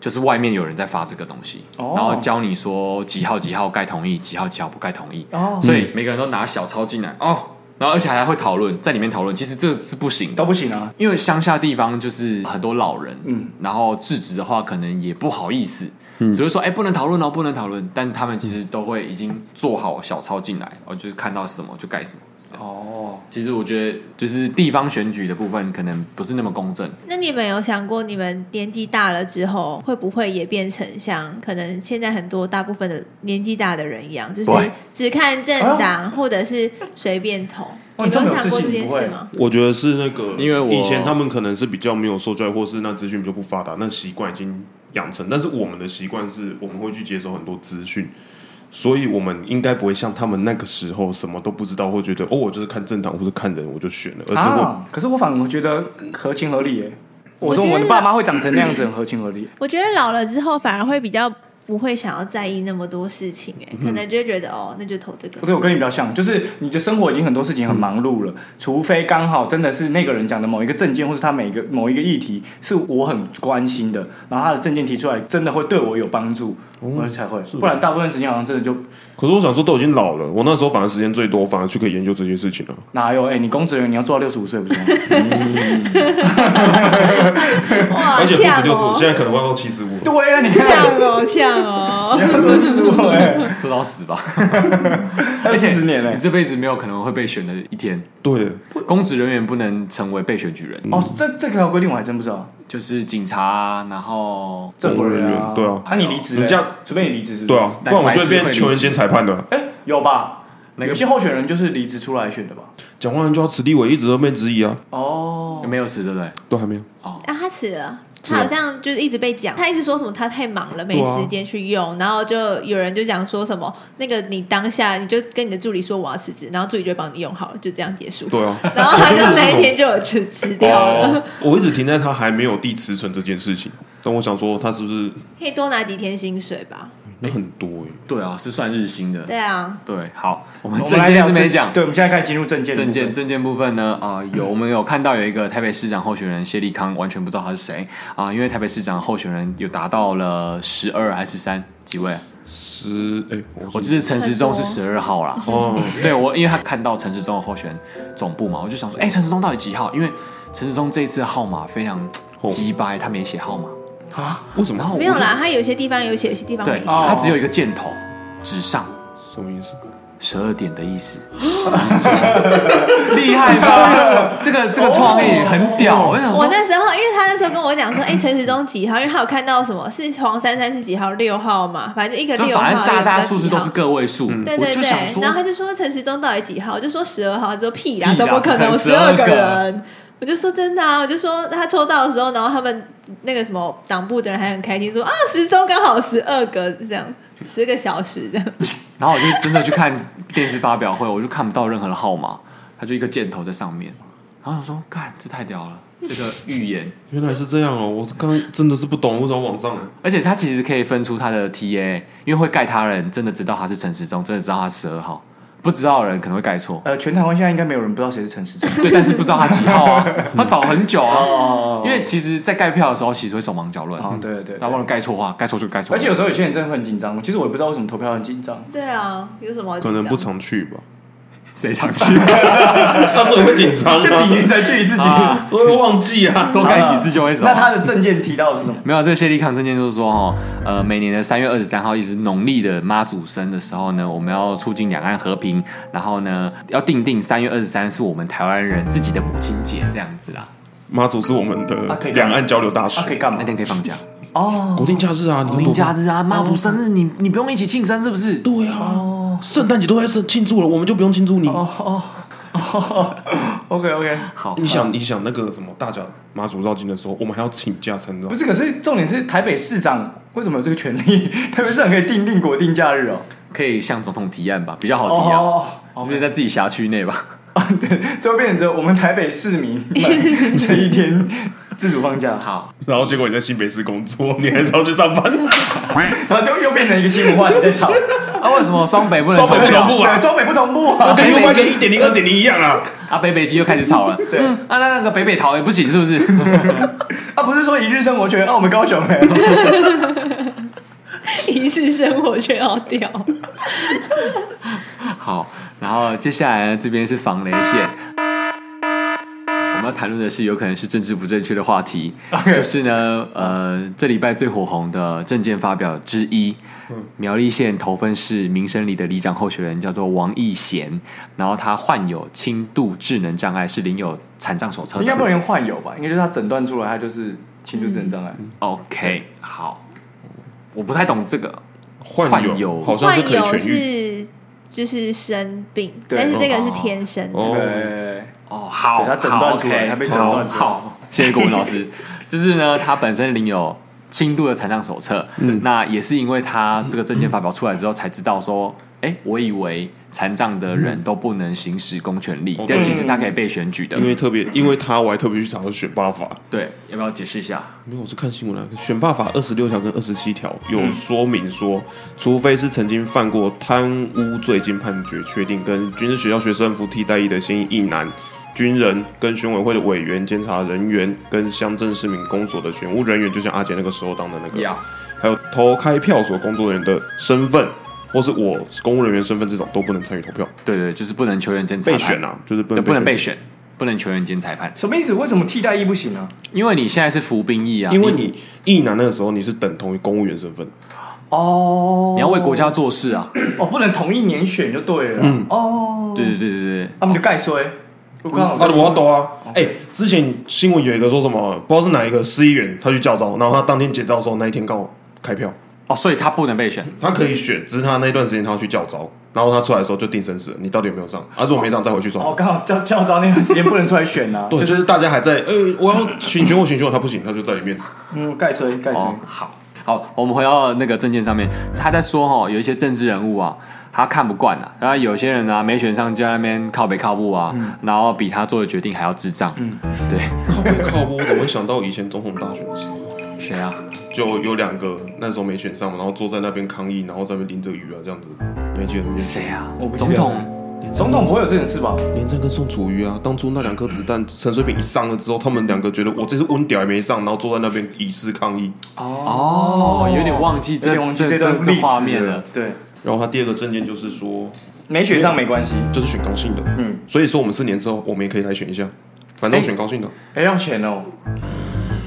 E: 就是外面有人在发这个东西，
D: 哦
E: 然后教你说几号几号该同意，几号几号不该同意，
D: 哦
E: 所以每个人都拿小抄进来哦，然后而且还会讨论，在里面讨论，其实这是不行的
D: 都。不行啊。
E: 因为乡下地方就是很多老人，
D: 嗯
E: 嗯，然后制止的话可能也不好意思，只会说哎、不能讨论哦，不能讨论。但他们其实都会已经做好小抄进来，哦，就是看到什么就改什么。
D: 哦，
E: 其实我觉得就是地方选举的部分可能不是那么公正，
A: 那你们有想过，你们年纪大了之后，会不会也变成像可能现在很多大部分的年纪大的人一样，就是
E: 对
A: 只看政党或者是随便投？
D: 哦
A: 你
D: 你这
A: 们
D: 么
A: 有
D: 有
A: 想过
D: 自
A: 这
D: 信
A: 件
D: 你不会
A: 事吗？
B: 我觉得是那个，
E: 因为我
B: 以前他们可能是比较没有受教育，或是那资讯比较不发达，那习惯已经养成。但是我们的习惯是我们会去接收很多资讯，所以我们应该不会像他们那个时候什么都不知道，会觉得哦，我就是看政党或者看人我就选了，而是会、
D: 啊，可是我反而觉得合情合理耶。我说
A: 我觉得
D: 我的爸妈会长成那样子，很合情合理。
A: 我觉得老了之后反而会比较不会想要在意那么多事情、
B: 嗯
A: 哎、可能就会觉得哦，那就投 这
D: 对，
A: 个。
D: 我跟你比较像，就是你的生活已经很多事情很忙碌了，除非刚好真的是那个人讲的某一个证件，或是他每个某一个议题是我很关心的，然后他的证件提出来真的会对我有帮助，
B: 哦
D: 我才会，
B: 吗
D: 不然大部分时间好像真的就
B: 可是我想说，都已经老了，我那时候反而时间最多，反而去可以研究这些事情了、
D: 哪有？哎、你公职人员你要做到六十五岁不是 吗？
A: 哇，
B: 而且不止
A: 呛
B: 六十五，现在
A: 哦，
B: 可能会到七十五。
D: 对啊，你看，
A: 呛哦，呛哦。
D: 哎
E: 做到死 吧。
D: 还
B: 啊
D: 有四十年嘞、
E: 你这辈子没有可能会被选的一天。
B: 对，
E: 公职人员不能成为被选举人，
D: 哦，这这条规定我还真不知道。
E: 就是警察，然后
D: 政府人
B: 公务人员对啊
D: 那、你离职嘞，
B: 你这样
D: 除非你离职是不
B: 对
D: 是？
B: 啊，不然我就变球员兼裁判了。
D: 哎、有吧？
E: 那个
D: 有些候选人就是离职出来选的吧？
B: 蒋万安就要此立委一直都被质疑啊，
D: 哦，
E: 没有死，对不对？
B: 都还没有。
A: 啊，他迟了，他好像就是一直被讲，他一直说什么他太忙了，没
B: 对啊
A: 时间去用，然后就有人就讲说什么那个你当下你就跟你的助理说我要辞职，然后助理就会帮你用好了，就这样结束。
B: 对啊，
A: 然后他就那一天就有辞辞掉了，
B: 哦，我一直停在他还没有递辞呈这件事情，但我想说他是不是
A: 可以多拿几天薪水吧？
B: 那很多哎、
E: 对啊，是算日薪的。
A: 对啊，
E: 对，好，我
D: 我
E: 们
D: 们
E: 证
D: 来
E: 件
D: 聊
E: 是
D: 证
E: 没讲。
D: 对，我们现在开始进入证件的
E: 证
D: 部分。
E: 件证件部分呢，啊、有我们有看到有一个台北市长候选人谢立康，完全不知道他是谁啊、因为台北市长候选人有达到了十二还是三几位啊？
B: 十哎、我
E: 我记得陈时中是十二号啦，
B: 哦，
E: 对我，因为他看到陈时中的候选总部嘛，我就想说，哎、陈时中到底几号？因为陈时中这一次的号码非常
B: 哦
E: 鸡掰，他没写号码，
B: 为什么？
E: 然后我
A: 没有
E: 就
A: 啦，他有些地方有写，有些地方没
E: 对，
A: 写。
D: 哦
E: 他只有一个箭头指上
B: 什么意思？
E: 十二点的意思， 厉害吧？ 哦这个这个创意很屌，我想
A: 我
E: 说。
A: 那时候，因为他那时候跟我讲说，哎、陈时中几号？因为他有看到什么是黄珊珊是几号，六号嘛，反正就一个
E: 就
A: 六号，
E: 反正大大
A: 一个
E: 数字都
A: 几
E: 是
A: 号
E: 个位数，
A: 嗯对
E: 我
A: 对
E: 就想说
A: 对，然后他就说陈时中到底几号？我就说十二号，他说屁啦，
E: 屁
A: 怎
E: 啦
A: 么可能有十
E: 怎
A: 二
E: 么可能12个
A: 个人？我就说真的啊，我就说他抽到的时候，然后他们那个什么党部的人还很开心，说啊，时钟刚好十二个这样，十个小 时这样。
E: 然后我就真的去看电视发表会，我就看不到任何的号码，它就一个箭头在上面。然后我说：“干，这太屌了，这个预言。
B: 原来是这样哦、我刚刚真的是不懂，为什么往上、啊？
E: 而且它其实可以分出它的 TA，因为会盖他人真的知道他是陈时中，真的知道他十二号，不知道的人可能会盖错。
D: 呃，全台湾现在应该没有人不知道谁是陈时中。
E: 对，但是不知道他几号啊，他找很久啊。
D: 哦
E: 因为其实，在盖票的时候，其实会手忙脚乱，
D: 哦，对对
E: 他忘了
D: 对。
E: 盖错话，盖错就盖错。
D: 而且有时候有些人真的会很紧张，其实我也不知道为什么投票很紧张。
A: 对啊，有什么好紧
B: 可
A: 张
B: 能不常去吧。
E: 谁常 去？
B: 他说你会紧张
D: 啊
B: 吗？
E: 就几年才去一次，几年
B: 我会忘记啊。
E: 多看几次就会熟。
D: 那他的证件提到的是什么？
E: 没有，这个谢立康证件就是说，哈，呃，每年的三月二十三号，一直农历的妈祖生的时候呢，我们要促进两岸和平，然后呢，要定定三月二十三是我们台湾人自己的母亲节这样子啦。
B: 妈祖是我们的
D: 啊可以
B: 两岸交流大使
D: 他，可以干嘛
E: 那？天可以放 假，
B: 国定假日啊，你
E: 国
B: 看
E: 定
B: 多
E: 假日啊，妈祖生日，你你不用一起庆生是不是？
B: 对啊，圣诞节都在圣庆祝了，我们就不用庆祝你。
D: OK OK，
E: 好，
B: 你想，你想那个什么大甲妈祖绕境的时候，我们还要请假才能绕
D: 不。是，可是重点是台北市长为什么有这个权利？ 台北市长可以定定国定假日哦。
E: 可以向总统提案吧，比较好提案，
D: 哦，
E: 我
D: 哦
E: 们在自己辖区内吧。
D: 对，最后变成只有我们台北市民 们这一天自主放假，
E: 好，
B: 然后结果你在新北市工作，你还是要去上班。
D: 然后就又变成一个新文化，你在 吵，
E: 啊，为什么双北不能
B: 双北
E: 投
B: 不
E: 票
B: 同步啊
D: 对，，双北不同步 啊。
B: 跟右派跟一点零、二点零一样啊。
E: 啊？北北基又开始 吵了。对啊，那那个北北桃也不行，是不是？
D: 啊，不是说一日生活圈，啊，我们高雄没有。
A: 仪式生活却要掉，
E: 好，然后接下来呢这边是防雷线。我们要谈论的是有可能是政治不正确的话题就是呢，呃，这礼拜最火红的政见发表之一，
D: 嗯
E: 苗栗县头份市民生里的里长候选人叫做王义贤，然后他患有轻度智能障碍，是领有残障手册的。
D: 应该不能患有吧？应该就是他诊断出来，他就是轻度症障碍。
E: OK，好，我不太懂这个。
B: 患
E: 患
B: 有
E: 有
B: 好像
A: 患
B: 是可以
A: 有
B: 痊愈。
A: 是就是生病，
D: 对
A: 但是这个是天生的。
D: 嗯
B: 哦
D: 对，
E: 哦，好，
D: 对他诊断出来
E: 好，OK，
D: 他被诊断出来
E: 好好，谢谢国文老 师。就是呢，他本身领有轻度的残障手册，
D: 嗯
E: 那也是因为他这个证件发表出来之后，才知道说，哎、我以为残障的人都不能行使公权
D: 嗯
E: 力，但其实他可以被选举的
B: 因。为特别，因为他我还特别去查了选罢法，
E: 对，要不要解释一下？
B: 没有，我是看新闻来的。选罢法二十六条跟二十七条有说明说，除非是曾经犯过贪污罪，经判决确定跟军事学校学生服替代役的嫌疑一男。军人跟选委会的委员、监察人员跟乡镇市民公所的选务人员，就像阿杰那个时候当的那个
E: 要
B: 还有投开票所工作人员的身份，或是我公务人员身份这种都不能参与投票。
E: 对对，就是不能球员兼裁
B: 备
E: 判
B: 选啊，就是不
E: 对，
B: 能
E: 不能
B: 被
E: 被选，不能球员兼裁判，
D: 什么意思？为什么替代役不行呢？啊
E: 因为你现在是服兵役啊，
B: 选，因为你一男那个时候你是等同于公务员身份。
D: 哦
E: 你要为国家做事啊。
D: 哦，不能同一年选就对了。哦，
E: 对对对对
D: 他们就盖衰。嗯哦我刚好
B: 啊，我要抖啊！哎、之前新闻有一个说什么，不知道是哪一个市议员，他去叫招，然后他当天检招的时候，那一天刚好开票，
E: 哦，所以他不能被选。
B: 他可以选，只是他那一段时间他要去叫招，然后他出来的时候就定生死了，你到底有没有上？啊，如果没上再回去算。
D: 哦，刚好教教招那段时间不能出来选 呐、啊。
B: 对，就是大家还在，呃、我要选选我选选我，他不行，他就在里 面。
D: 嗯，盖衰盖衰。
E: 哦，好好，我们回到那个证件上面，他在说哦，有一些政治人物啊，他看不惯啊，然后有些人啊没选上就在那边靠北靠步啊，
D: 嗯
E: 然后比他做的决定还要智障。嗯，对，
B: 靠背靠背，我怎么会想到以前总统大选的时候，
E: 谁啊？
B: 就有两个那时候没选上嘛，然后坐在那边抗议，然后在那边淋着雨啊，这样子，你还记得吗？
E: 谁啊
D: 我？不记
E: 总
D: 得
E: 统
D: 总统不会有这种事吧？
B: 连战跟宋楚瑜啊，当初那两颗子弹，陈水扁一上了之后，他们两个觉得我这次温屌也没上，然后坐在那边以示抗议。
E: 哦，有点忘记这
D: 有点忘记
E: 这
D: 段
E: 这
D: 历史
E: 画面
D: 了
E: 了。。
D: 对，
B: 然后他第二个证件就是说，
D: 没选上没关系。
B: 就是选高兴的，嗯，所以说我们四年之后，我们也可以来选一下，反正我选高兴的，
D: 哎、要选哦。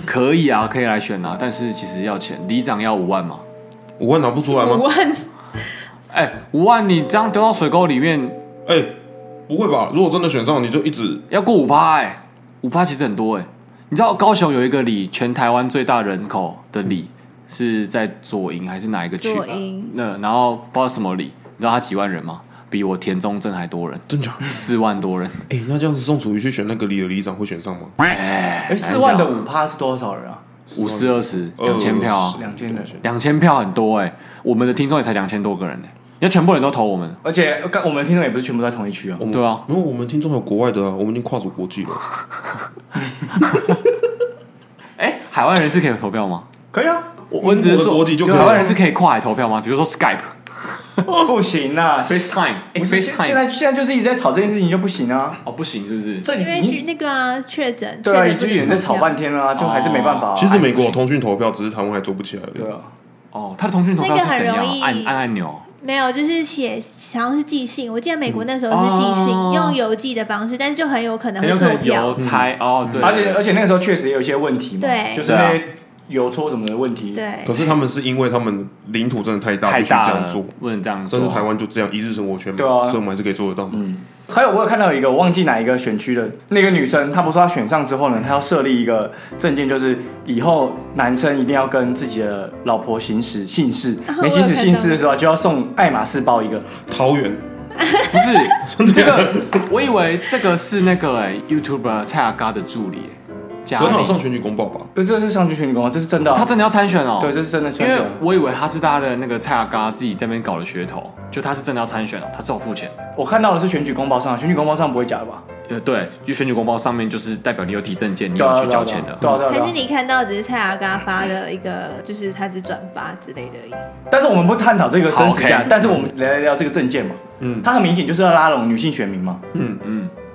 E: 可以啊，可以来选啊，但是其实要钱，里长要五万嘛。
B: 五万拿不出来
A: 五
B: 吗？
A: 万
E: 哎，五万你这样丢到水沟里面，
B: 哎、不会吧？如果真的选上，你就一直
E: 要过五趴哎，五趴其实很多哎、你知道高雄有一个里，全台湾最大人口的里是在左营还是哪一个区吧
A: 左营？
E: 那然后不知道什么里，你知道他几万人吗？比我田中正还多人，
B: 真假？
E: 四万多人。
B: 哎、那这样子宋楚瑜去选那个里的里长会选上吗？
E: 哎
D: 哎、四万的五趴是多少人啊？
E: 五四二十两千票啊，
D: 两千人。
E: 两千票很多哎、我们的听众也才两千多个人哎、你要全部人都投我们，
D: 而且刚我们的听众也不是全部在同一区啊。
B: 我们
E: 对啊
B: 没有，我们听众还有国外的啊，我们已经跨足国际了。
E: 哎、海外人是可以投票吗？
D: 可以啊，
E: 我我只
B: 我
E: 是
B: 的
E: 说，
B: 国籍就可以
E: 台湾人是可以跨海投票吗？比如说 Skype、
D: 不行啊。
E: FaceTime，哎
D: 不是现现
E: FaceTime
D: 在现在就是一直在吵这件事情就不行啊。
E: 哦不行是不是？
D: 这
A: 因
D: 已
A: 为
D: 经
A: 那个啊确诊，
D: 对啊，
A: 确
D: 已
A: 诊不
D: 经
A: 能
D: 有人在吵
A: 投票
D: 半天了啊，就还是没办法啊。
B: 哦其实美国有通讯投票，只是台湾还做不起来而已。
D: 对啊，
E: 哦，他的通讯投
A: 那
E: 票
A: 个
E: 是
A: 很
E: 怎样
A: 容易？
E: 按按按钮，
A: 没有，就是写好像是寄信，我记得美国那时候是寄信，
E: 哦
A: 用邮寄的方式，但是就很有可
E: 很
A: 能会
E: 有可
A: 做
E: 能邮
A: 票。
E: 差哦，对，
D: 而且而且那个时候确实也有一些问题嘛，
A: 对
D: 就是那些邮戳什么的问题，，
A: 对
B: 可，是他们是因为他们领土真的太大，
E: 太
B: 必须这
E: 大
B: 样
E: 了
B: 做。，
E: 不能这样说。
B: 但是台湾就这样一日生活圈嘛，
D: 对啊
B: 所以我们还是可以做得到。嗯，
D: 还有我有看到一个我忘记哪一个选区的那个女生，她不是说她选上之后呢，她要设立一个证件，就是以后男生一定要跟自己的老婆行使姓氏
A: 啊，
D: 没行
A: 我
D: 使
A: 有看到
D: 姓氏的时候就要送爱马仕包一个。
B: 桃园
E: 不是这个，我以为这个是那个哎 YouTuber 蔡雅嘎的助理嘉
B: 可是他有上
E: 玲，
B: 选举公报吧？
D: 不是，这是上去选举公告，这是真的哦、
E: 他真的要参选哦。
D: 对，这是真的
E: 因
D: 选举
E: 为
D: 公告。
E: 我以为他是他的那个蔡雅嘎自己在那边搞的噱头，就他是真的要参选哦，他是有付钱的。
D: 我看到的是选举公报上，选举公报上不会假的吧？
E: 呃，对，就选举公报上面就是代表你有提证件，你
D: 对啊
E: 有
D: 对
E: 去
D: 啊
E: 交钱的。
D: 对啊对啊对
A: 还
D: 啊
A: 是。你看到只是蔡雅刚发的一个，就是他只转发之类的而已。
D: 但是我们不探讨这个真实
E: 好
D: 假
E: ，OK，
D: 但是我们来聊这个证件嘛。嗯，它很明显就是要拉拢女性选民嘛。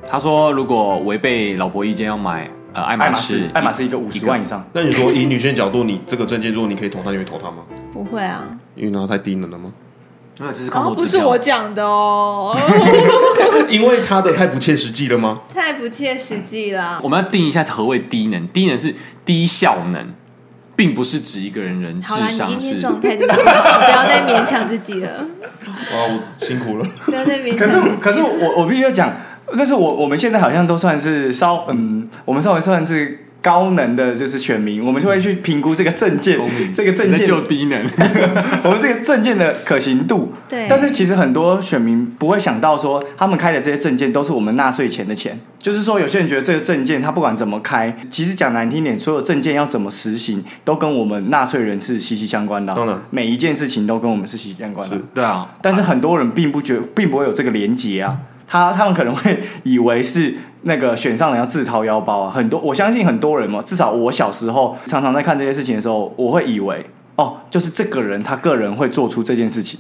E: 他说如果违背老婆意见要买呃爱
D: 爱
E: 马
D: 马
E: 仕
D: 仕，，爱马仕一个五十万以上，
B: 那你说以女性的角度，你这个证件，如果你可以投他，你会投他吗？
A: 不会啊，
B: 因为拿太低能了吗？
E: 没有，这是空
A: 哦，
E: 头
A: 不
E: 支
A: 是
E: 票。
A: 我讲的哦，
B: 因为他的太不切实际了吗？
A: 太不切实际了。
E: 我们要定一下何谓低能，低能是低效能，并不是指一个人人
A: 好
E: 智
A: 啦，
E: 商
A: 你今天
E: 是。
A: 状态真的不好，不要再勉强自己了，
B: 哇，我辛苦了。
A: 不要再勉
D: 可
A: 强
D: 是
A: 自己。
D: 可是我我必须要讲，但是我我们现在好像都算是稍嗯，我们稍微算是高能的，就是选民，我们就会去评估这个证件，这个证
E: 那
D: 件
E: 就低能，
D: 我们这个证件的可行度。
A: 对
D: 但是其实很多选民不会想到说，他们开的这些证件都是我们纳税钱的钱。就是说，有些人觉得这个证件他不管怎么开，其实讲难听点，所有证件要怎么实行，都跟我们纳税人是息息相关的啊。
B: 当然
D: 每一件事情都跟我们是息息相关的。
E: 对啊，
D: 但是很多人并不觉，并不会有这个连结啊。他他们可能会以为是那个选上人要自掏腰包啊。很多我相信很多人哦嘛，至少我小时候常常在看这些事情的时候，我会以为哦，就是这个人他个人会做出这件事情。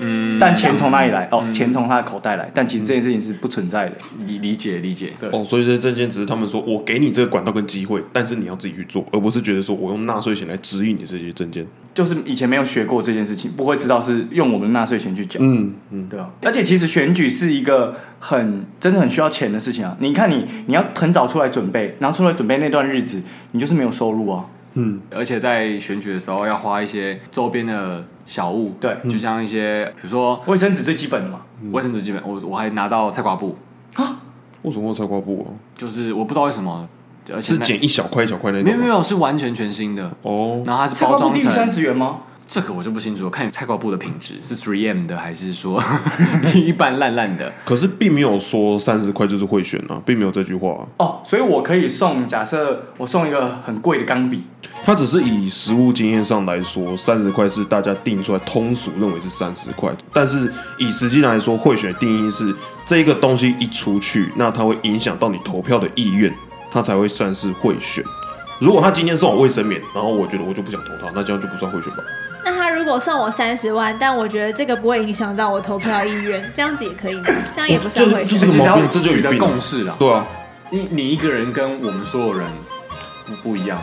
D: 嗯，但钱从哪里来？哦，钱从他的口袋来，但其实这件事情是不存在的。
E: 理理解理解，
D: 对
B: 哦，所以这些证件只是他们说我给你这个管道跟机会，但是你要自己去做，而不是觉得说我用纳税钱来指引你这些证件。
D: 就是以前没有学过这件事情，不会知道是用我们纳税钱去讲。
B: 嗯嗯，
D: 对啊，而且其实选举是一个很真的很需要钱的事情啊。你看你你要很早出来准备，然后出来准备那段日子，你就是没有收入啊。
E: 而且在选举的时候要花一些周边的小物，
D: 对
E: 就像一些比如说
D: 卫生纸最基本的嘛，
E: 卫生纸基本，我我还拿到菜瓜布，
B: 为什么会有菜瓜布啊？
E: 就是我不知道为什么，而且
B: 是
E: 那
B: 剪一小块一小块那种
E: 没
B: 吗？
E: 有没有是完全全新的，
B: 哦，
E: 然后它是
D: 菜
E: 包
D: 瓜布
E: 装
D: 低于三
E: 成
D: 十元吗？
E: 这个我就不清楚了，看你菜瓜布的品质是 3M 的还是说 一般烂烂的，
B: 可是并没有说三十块就是会选啊，并没有这句话啊、
D: 哦，所以我可以送，假设我送一个很贵的钢笔，
B: 他只是以实物经验上来说，三十块是大家定出来通俗认为是三十块，但是以实际来说，贿选的定义是这一个东西一出去，那它会影响到你投票的意愿，它才会算是贿选。如果他今天送我卫生棉，然后我觉得我就不想投他，那这样就不算贿选吧？
A: 那他如果送我三十万，但我觉得这个不会影响到我投票意愿，这样子也可以吗？这样也不算
B: 就
A: 会
B: 就
A: 选。
B: 是
E: 其实
B: 毛
E: 要
B: 病，这就有
E: 取得
B: 病啊
E: 共。识了，
B: 对啊，
E: 你你一个人跟我们所有人不不一样，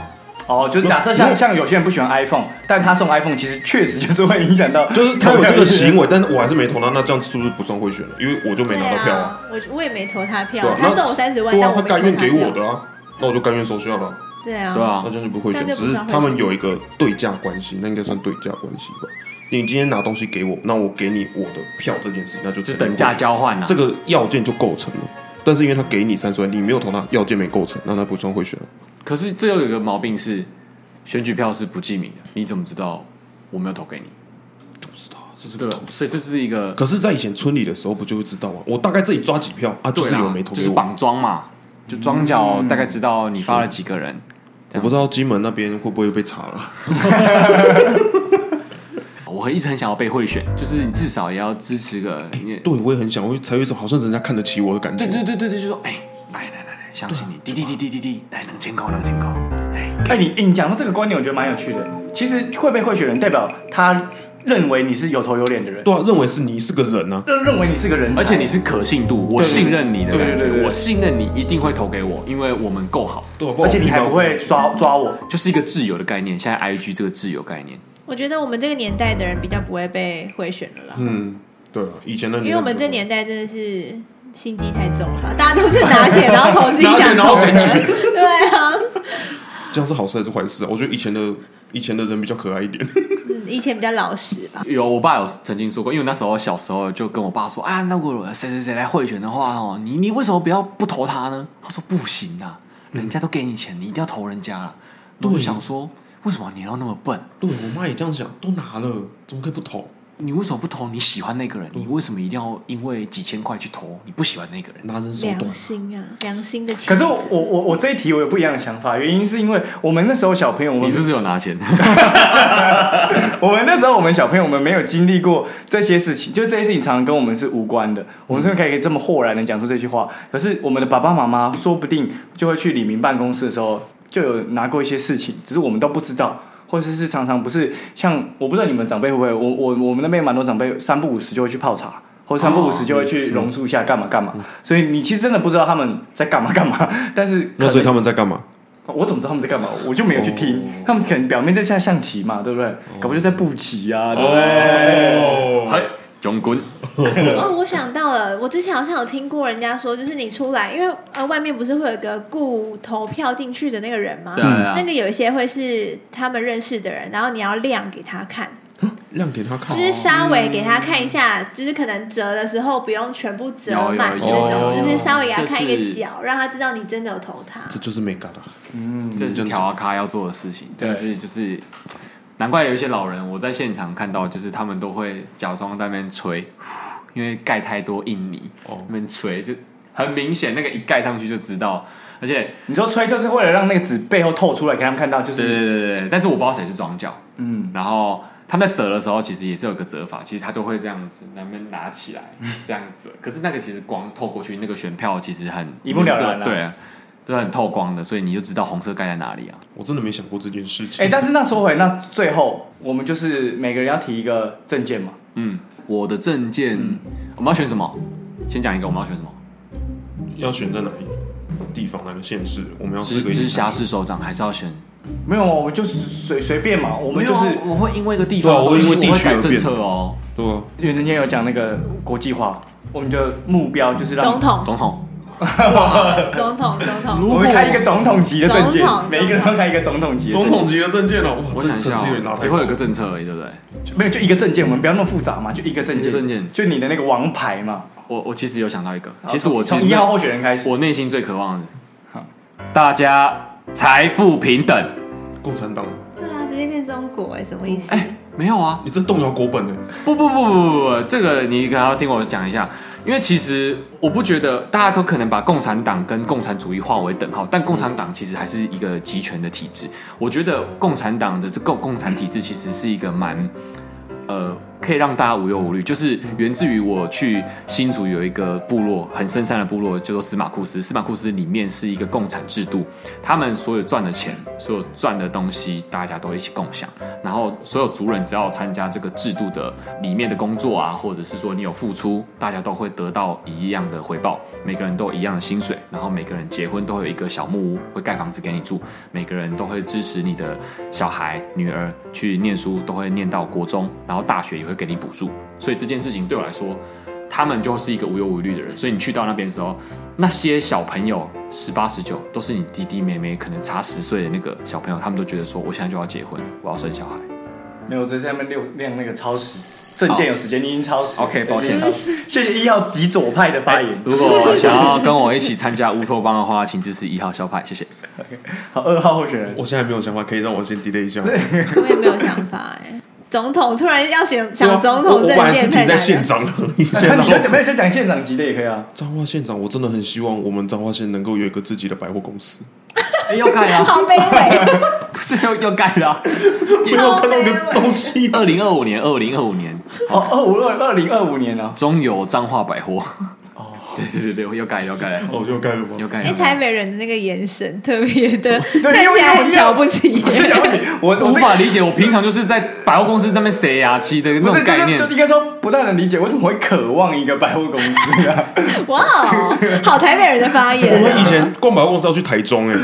D: 哦，就假设
B: 如
D: 像
B: 果
D: 像有些人不喜欢 iPhone，但他送 iPhone 其实确实就是会影响到，
B: 就是他有这个行为，但是我还是没投他，那这样是不是不算贿选了？因为我就没
A: 对
B: 拿到票啊。
A: 啊，我我也没投他票
B: 对啊
A: 啊，，他送我三十万，
B: 对
A: 但
B: 啊，
A: 我
B: 他
A: 没投
B: 甘愿给
A: 票
B: 我的啊，那我就甘愿收下了啊。
A: 对啊，
E: 对啊
B: 那，这样就不会选，
A: 那就
B: 只
A: 不
B: 是
A: 算会选
B: 他们有一个对价关系，那应该算对价关系吧。你今天拿东西给我，那我给你我的票这件事情，那就
E: 就
B: 等于
E: 等价
B: 贿选，
E: 交换啊，
B: 这个要件就构成了。但是因为他给你三十万，你没有投他，要件没构成，那他不算贿选了。
E: 可是这又有一个毛病是，选举票是不记名的，你怎么知道我没有投给你？
B: 这是
E: 对
B: 个
E: 吧
B: 投，资。
E: 所以这是一个
B: 可是，在以前村里的时候，不就会知道吗？我大概自己抓几票啊，就是
E: 对啊
B: 有人没投
E: 就
B: 给
E: 是
B: 我。
E: 绑桩嘛，就庄脚大概知道你发了几个人。
B: 我不知道金门那边会不会被查了。
E: 我一直很想要被贿选，就是你至少也要支持个，你
B: 对，我也很想，我才有一种好像人家看得起我的感觉
E: 对。对对对对，就说哎，来来来来，相信你，滴滴滴滴滴滴，来两千块两千块，
D: 哎，你哎你讲到这个观点，我觉得蛮有趣的。其实会被贿选人代表他认为你是有头有脸的人，
B: 对啊，认为是你是个人啊，
D: 认认为你是个人才，
E: 而且你是可信度，我
D: 对
E: 信任你的
D: 对对
E: 感
D: 对对
E: 觉，
D: 对
E: 我信任你一定会投给我，因为我们够好，
B: 对啊，然
D: 而且你还
B: 我
D: 不会抓抓我，
E: 就是一个挚友的概念。现在 I G 这个挚友概念，
A: 我觉得我们这个年代的人比较不会被贿选了啦，
B: 嗯，对啊，以前的
A: 因为我们这年代真的是心机太重 了吧，大家都是拿钱然后投自己想投
B: 拿
A: 的
B: 钱然后，
A: 对啊，
B: 这样是好事还是坏事啊？我觉得以前的以前的人比较可爱一点。
A: 嗯以前比较老实吧。
E: 有，我爸有曾经说过，因为那时候小时候就跟我爸说啊，那如果谁谁谁来贿选的话哦，你你为什么不要不投他呢？他说不行啊，
D: 嗯
E: 人家都给你钱，你一定要投人家啊。我就
B: 对
E: 想说，为什么你要那么笨？
B: 对我妈也这样想，都拿了，怎么可以不投？
E: 你为什么不投你喜欢那个人？
D: 嗯
E: 你为什么一定要因为几千块去投你不喜欢那个人？
B: 拿人手
A: 良
B: 短。
A: 心啊，良心的钱。
D: 可是我我我我这一题我有不一样的想法，原因是因为我们那时候小朋友，我们
E: 你是不是有拿钱？
D: 我们那时候我们小朋友，我们没有经历过这些事情，就这些事情常常跟我们是无关的。我们虽然可以可以这么豁然的讲出这句话，可是我们的爸爸妈妈说不定就会去李明办公室的时候，就有拿过一些事情，只是我们都不知道。或者是常常不是像我不知道你们长辈会不会，我我我们那边蛮多长辈三不五时就会去泡茶，或者三不五时就会去榕树下干嘛干嘛，所以你其实真的不知道他们在干嘛干嘛，但是可
B: 那
D: 能
B: 所以他们在干嘛？
D: 我怎么知道他们在干嘛？我就没有去听。
E: 哦
D: 他们可能表面在下象棋嘛，对不对？搞不好就在布棋啊，对不
E: 哦
D: 对？
E: 嘿， 囧滚！
A: 哦，我想到了，我之前好像有听过人家说，就是你出来，因为呃外面不是会有一个雇投票进去的那个人吗？
E: 对啊对啊
A: 那个有一些会是他们认识的人，然后你要亮给他看，
B: 亮给他看啊
E: 哦
A: 就。是稍微给
B: 嗯
A: 他看一下，就是可能折的时候不用全部折
E: 有有
A: 满那
E: 有
A: 种，
B: 有
A: 就是稍微给他
E: 这
A: 看一个
E: 是
A: 角，让他知道你真的有投他。
B: 这就是啊没干的，
E: 这是调阿咖要做的事情，
D: 对
E: 但是就是难怪有一些老人，我在现场看到，就是他们都会假装在那边吹，因为盖太多印泥，
B: 哦
E: 那边吹就很明显，那个一盖上去就知道，而且
D: 你说吹就是为了让那个纸背后透出来给他们看到，就
E: 对对
D: 是
E: 对对对，但是我不知道谁是装脚，
D: 嗯，
E: 然后他们在折的时候，其实也是有个折法，其实他都会这样子，那边拿起来这样折。可是那个其实光透过去，那个选票其实很
D: 一目了然啊
E: 对啊，就很透光的，所以你就知道红色盖在哪里啊。
B: 我真的没想过这件事情。
D: 哎，但是那说回那最后，我们就是每个人要提一个证件嘛。
E: 嗯，我的证件、我们要选什么？先讲一个，我们要选什么？
B: 要选在哪里地方、哪个县市？我们要四
E: 直
B: 个
E: 直
B: 一
E: 辖市首长还是要选？
D: 没有，我们就是随随便嘛，我
E: 我
D: 们就是
E: 我会因为一个地
B: 对啊
E: 方，
B: 我会因为地
E: 我会
B: 区
E: 改
B: 而
E: 政
B: 变
E: 策哦。
B: 对啊，
D: 因为人家有讲那个国际化，我们的目标就是让
A: 总，统，
E: 总统，
A: 总统，总统，
D: 我们开一个总统级的证件
A: 总统，
D: 每一个人要开一个总统级的证
B: 总
D: 件
B: 统级的证件哦，
E: 我
B: 哇，这个
E: 想一下
B: 层次有点拉
E: 哦，
B: 太
E: 只会有
B: 高
E: 一个政策而已，对不对？
D: 没有，就一个证件，我们不要那么复杂嘛，就一个证
E: 一
D: 件，
E: 个证件
D: 就你的那个王牌嘛。
E: 我我其实有想到一个，其实我
D: 从
E: 其
D: 一
E: 实
D: 号候选人开始，
E: 我内心最渴望的是，大家财富平等。
B: 共产党，
A: 对啊，直接变中国哎，什么意思？
E: 没有啊，
B: 你这动摇国本呢？
E: 不不不不不不，这个你可能要听我讲一下，因为其实我不觉得大家都可能把共产党跟共产主义划为等号，但共产党其实还是一个集权的体制。我觉得共产党的这共共产体制其实是一个蛮呃，可以让大家无忧无虑，就是源自于我去新竹有一个部落，很深山的部落，叫做司马库斯。司马库斯里面是一个共产制度，他们所有赚的钱，所有赚的东西，大家都一起共享。然后所有族人只要参加这个制度的里面的工作啊，或者是说你有付出，大家都会得到一样的回报，每个人都有一样的薪水，然后每个人结婚都会有一个小木屋，会盖房子给你住，每个人都会支持你的小孩、女儿去念书，都会念到国中，然后大学也会给你补助。所以这件事情对我来说，他们就是一个无忧无虑的人。所以你去到那边的时候，那些小朋友十八十九都是你弟弟妹妹，可能差十岁的那个小朋友，他们都觉得说，我现在就要结婚，我要生小孩。
D: 没有，我只是在那边亮亮那个超时。证件有时间，你已经超时了。
E: OK，抱歉
D: 已经超时谢谢一号极左派的发言。
E: 如 果想要跟我一起参加乌托邦的话，请支持一号校派，谢谢。
D: 好，二号候选人，
B: 我现在没有想法，可以让我先 delay 一下吗。
A: 我也没有想法哎。总统突然要选想总
B: 啊我
A: 统
B: 我
A: 证
B: 本来是
A: 件太
B: 停在
A: 难
B: 县
A: 了。
B: 长了，现在
D: 那
B: 让
D: 你要没
B: 我
D: 有就讲县长级的也可以啊。
B: 彰化县长，我真的很希望我们彰化县能够有一个自己的百货公 司。
E: 哎，要盖啊，
A: 好卑 微，
E: 不是要要盖啊！
B: 不
A: 哦
B: 要看到一个东西，
E: 二零二五年，二零二五年
D: 哦，二五二二零二五年啊，
E: 中油彰化百货。哦，对对对对，要盖要盖
B: 哦，又盖了吗？
E: 要盖
A: 哎，。台北人的那个眼神特别 的，看
D: 因为
A: 起来
D: 因
A: 很
D: 为
A: 瞧不起。
D: 不是讲不起， 我我这个
E: 无法理解，我平常就是在百货公司那边塞牙漆的那
D: 不
E: 种
D: 是
E: 概
D: 就是
E: 念
D: 就。应该说不太能理解为什么会渴望一个百货公司啊。
A: 哇哦， 好台北人的发言
B: 我
A: 啊。
B: 欸 们以前逛百货公司要去台中哎、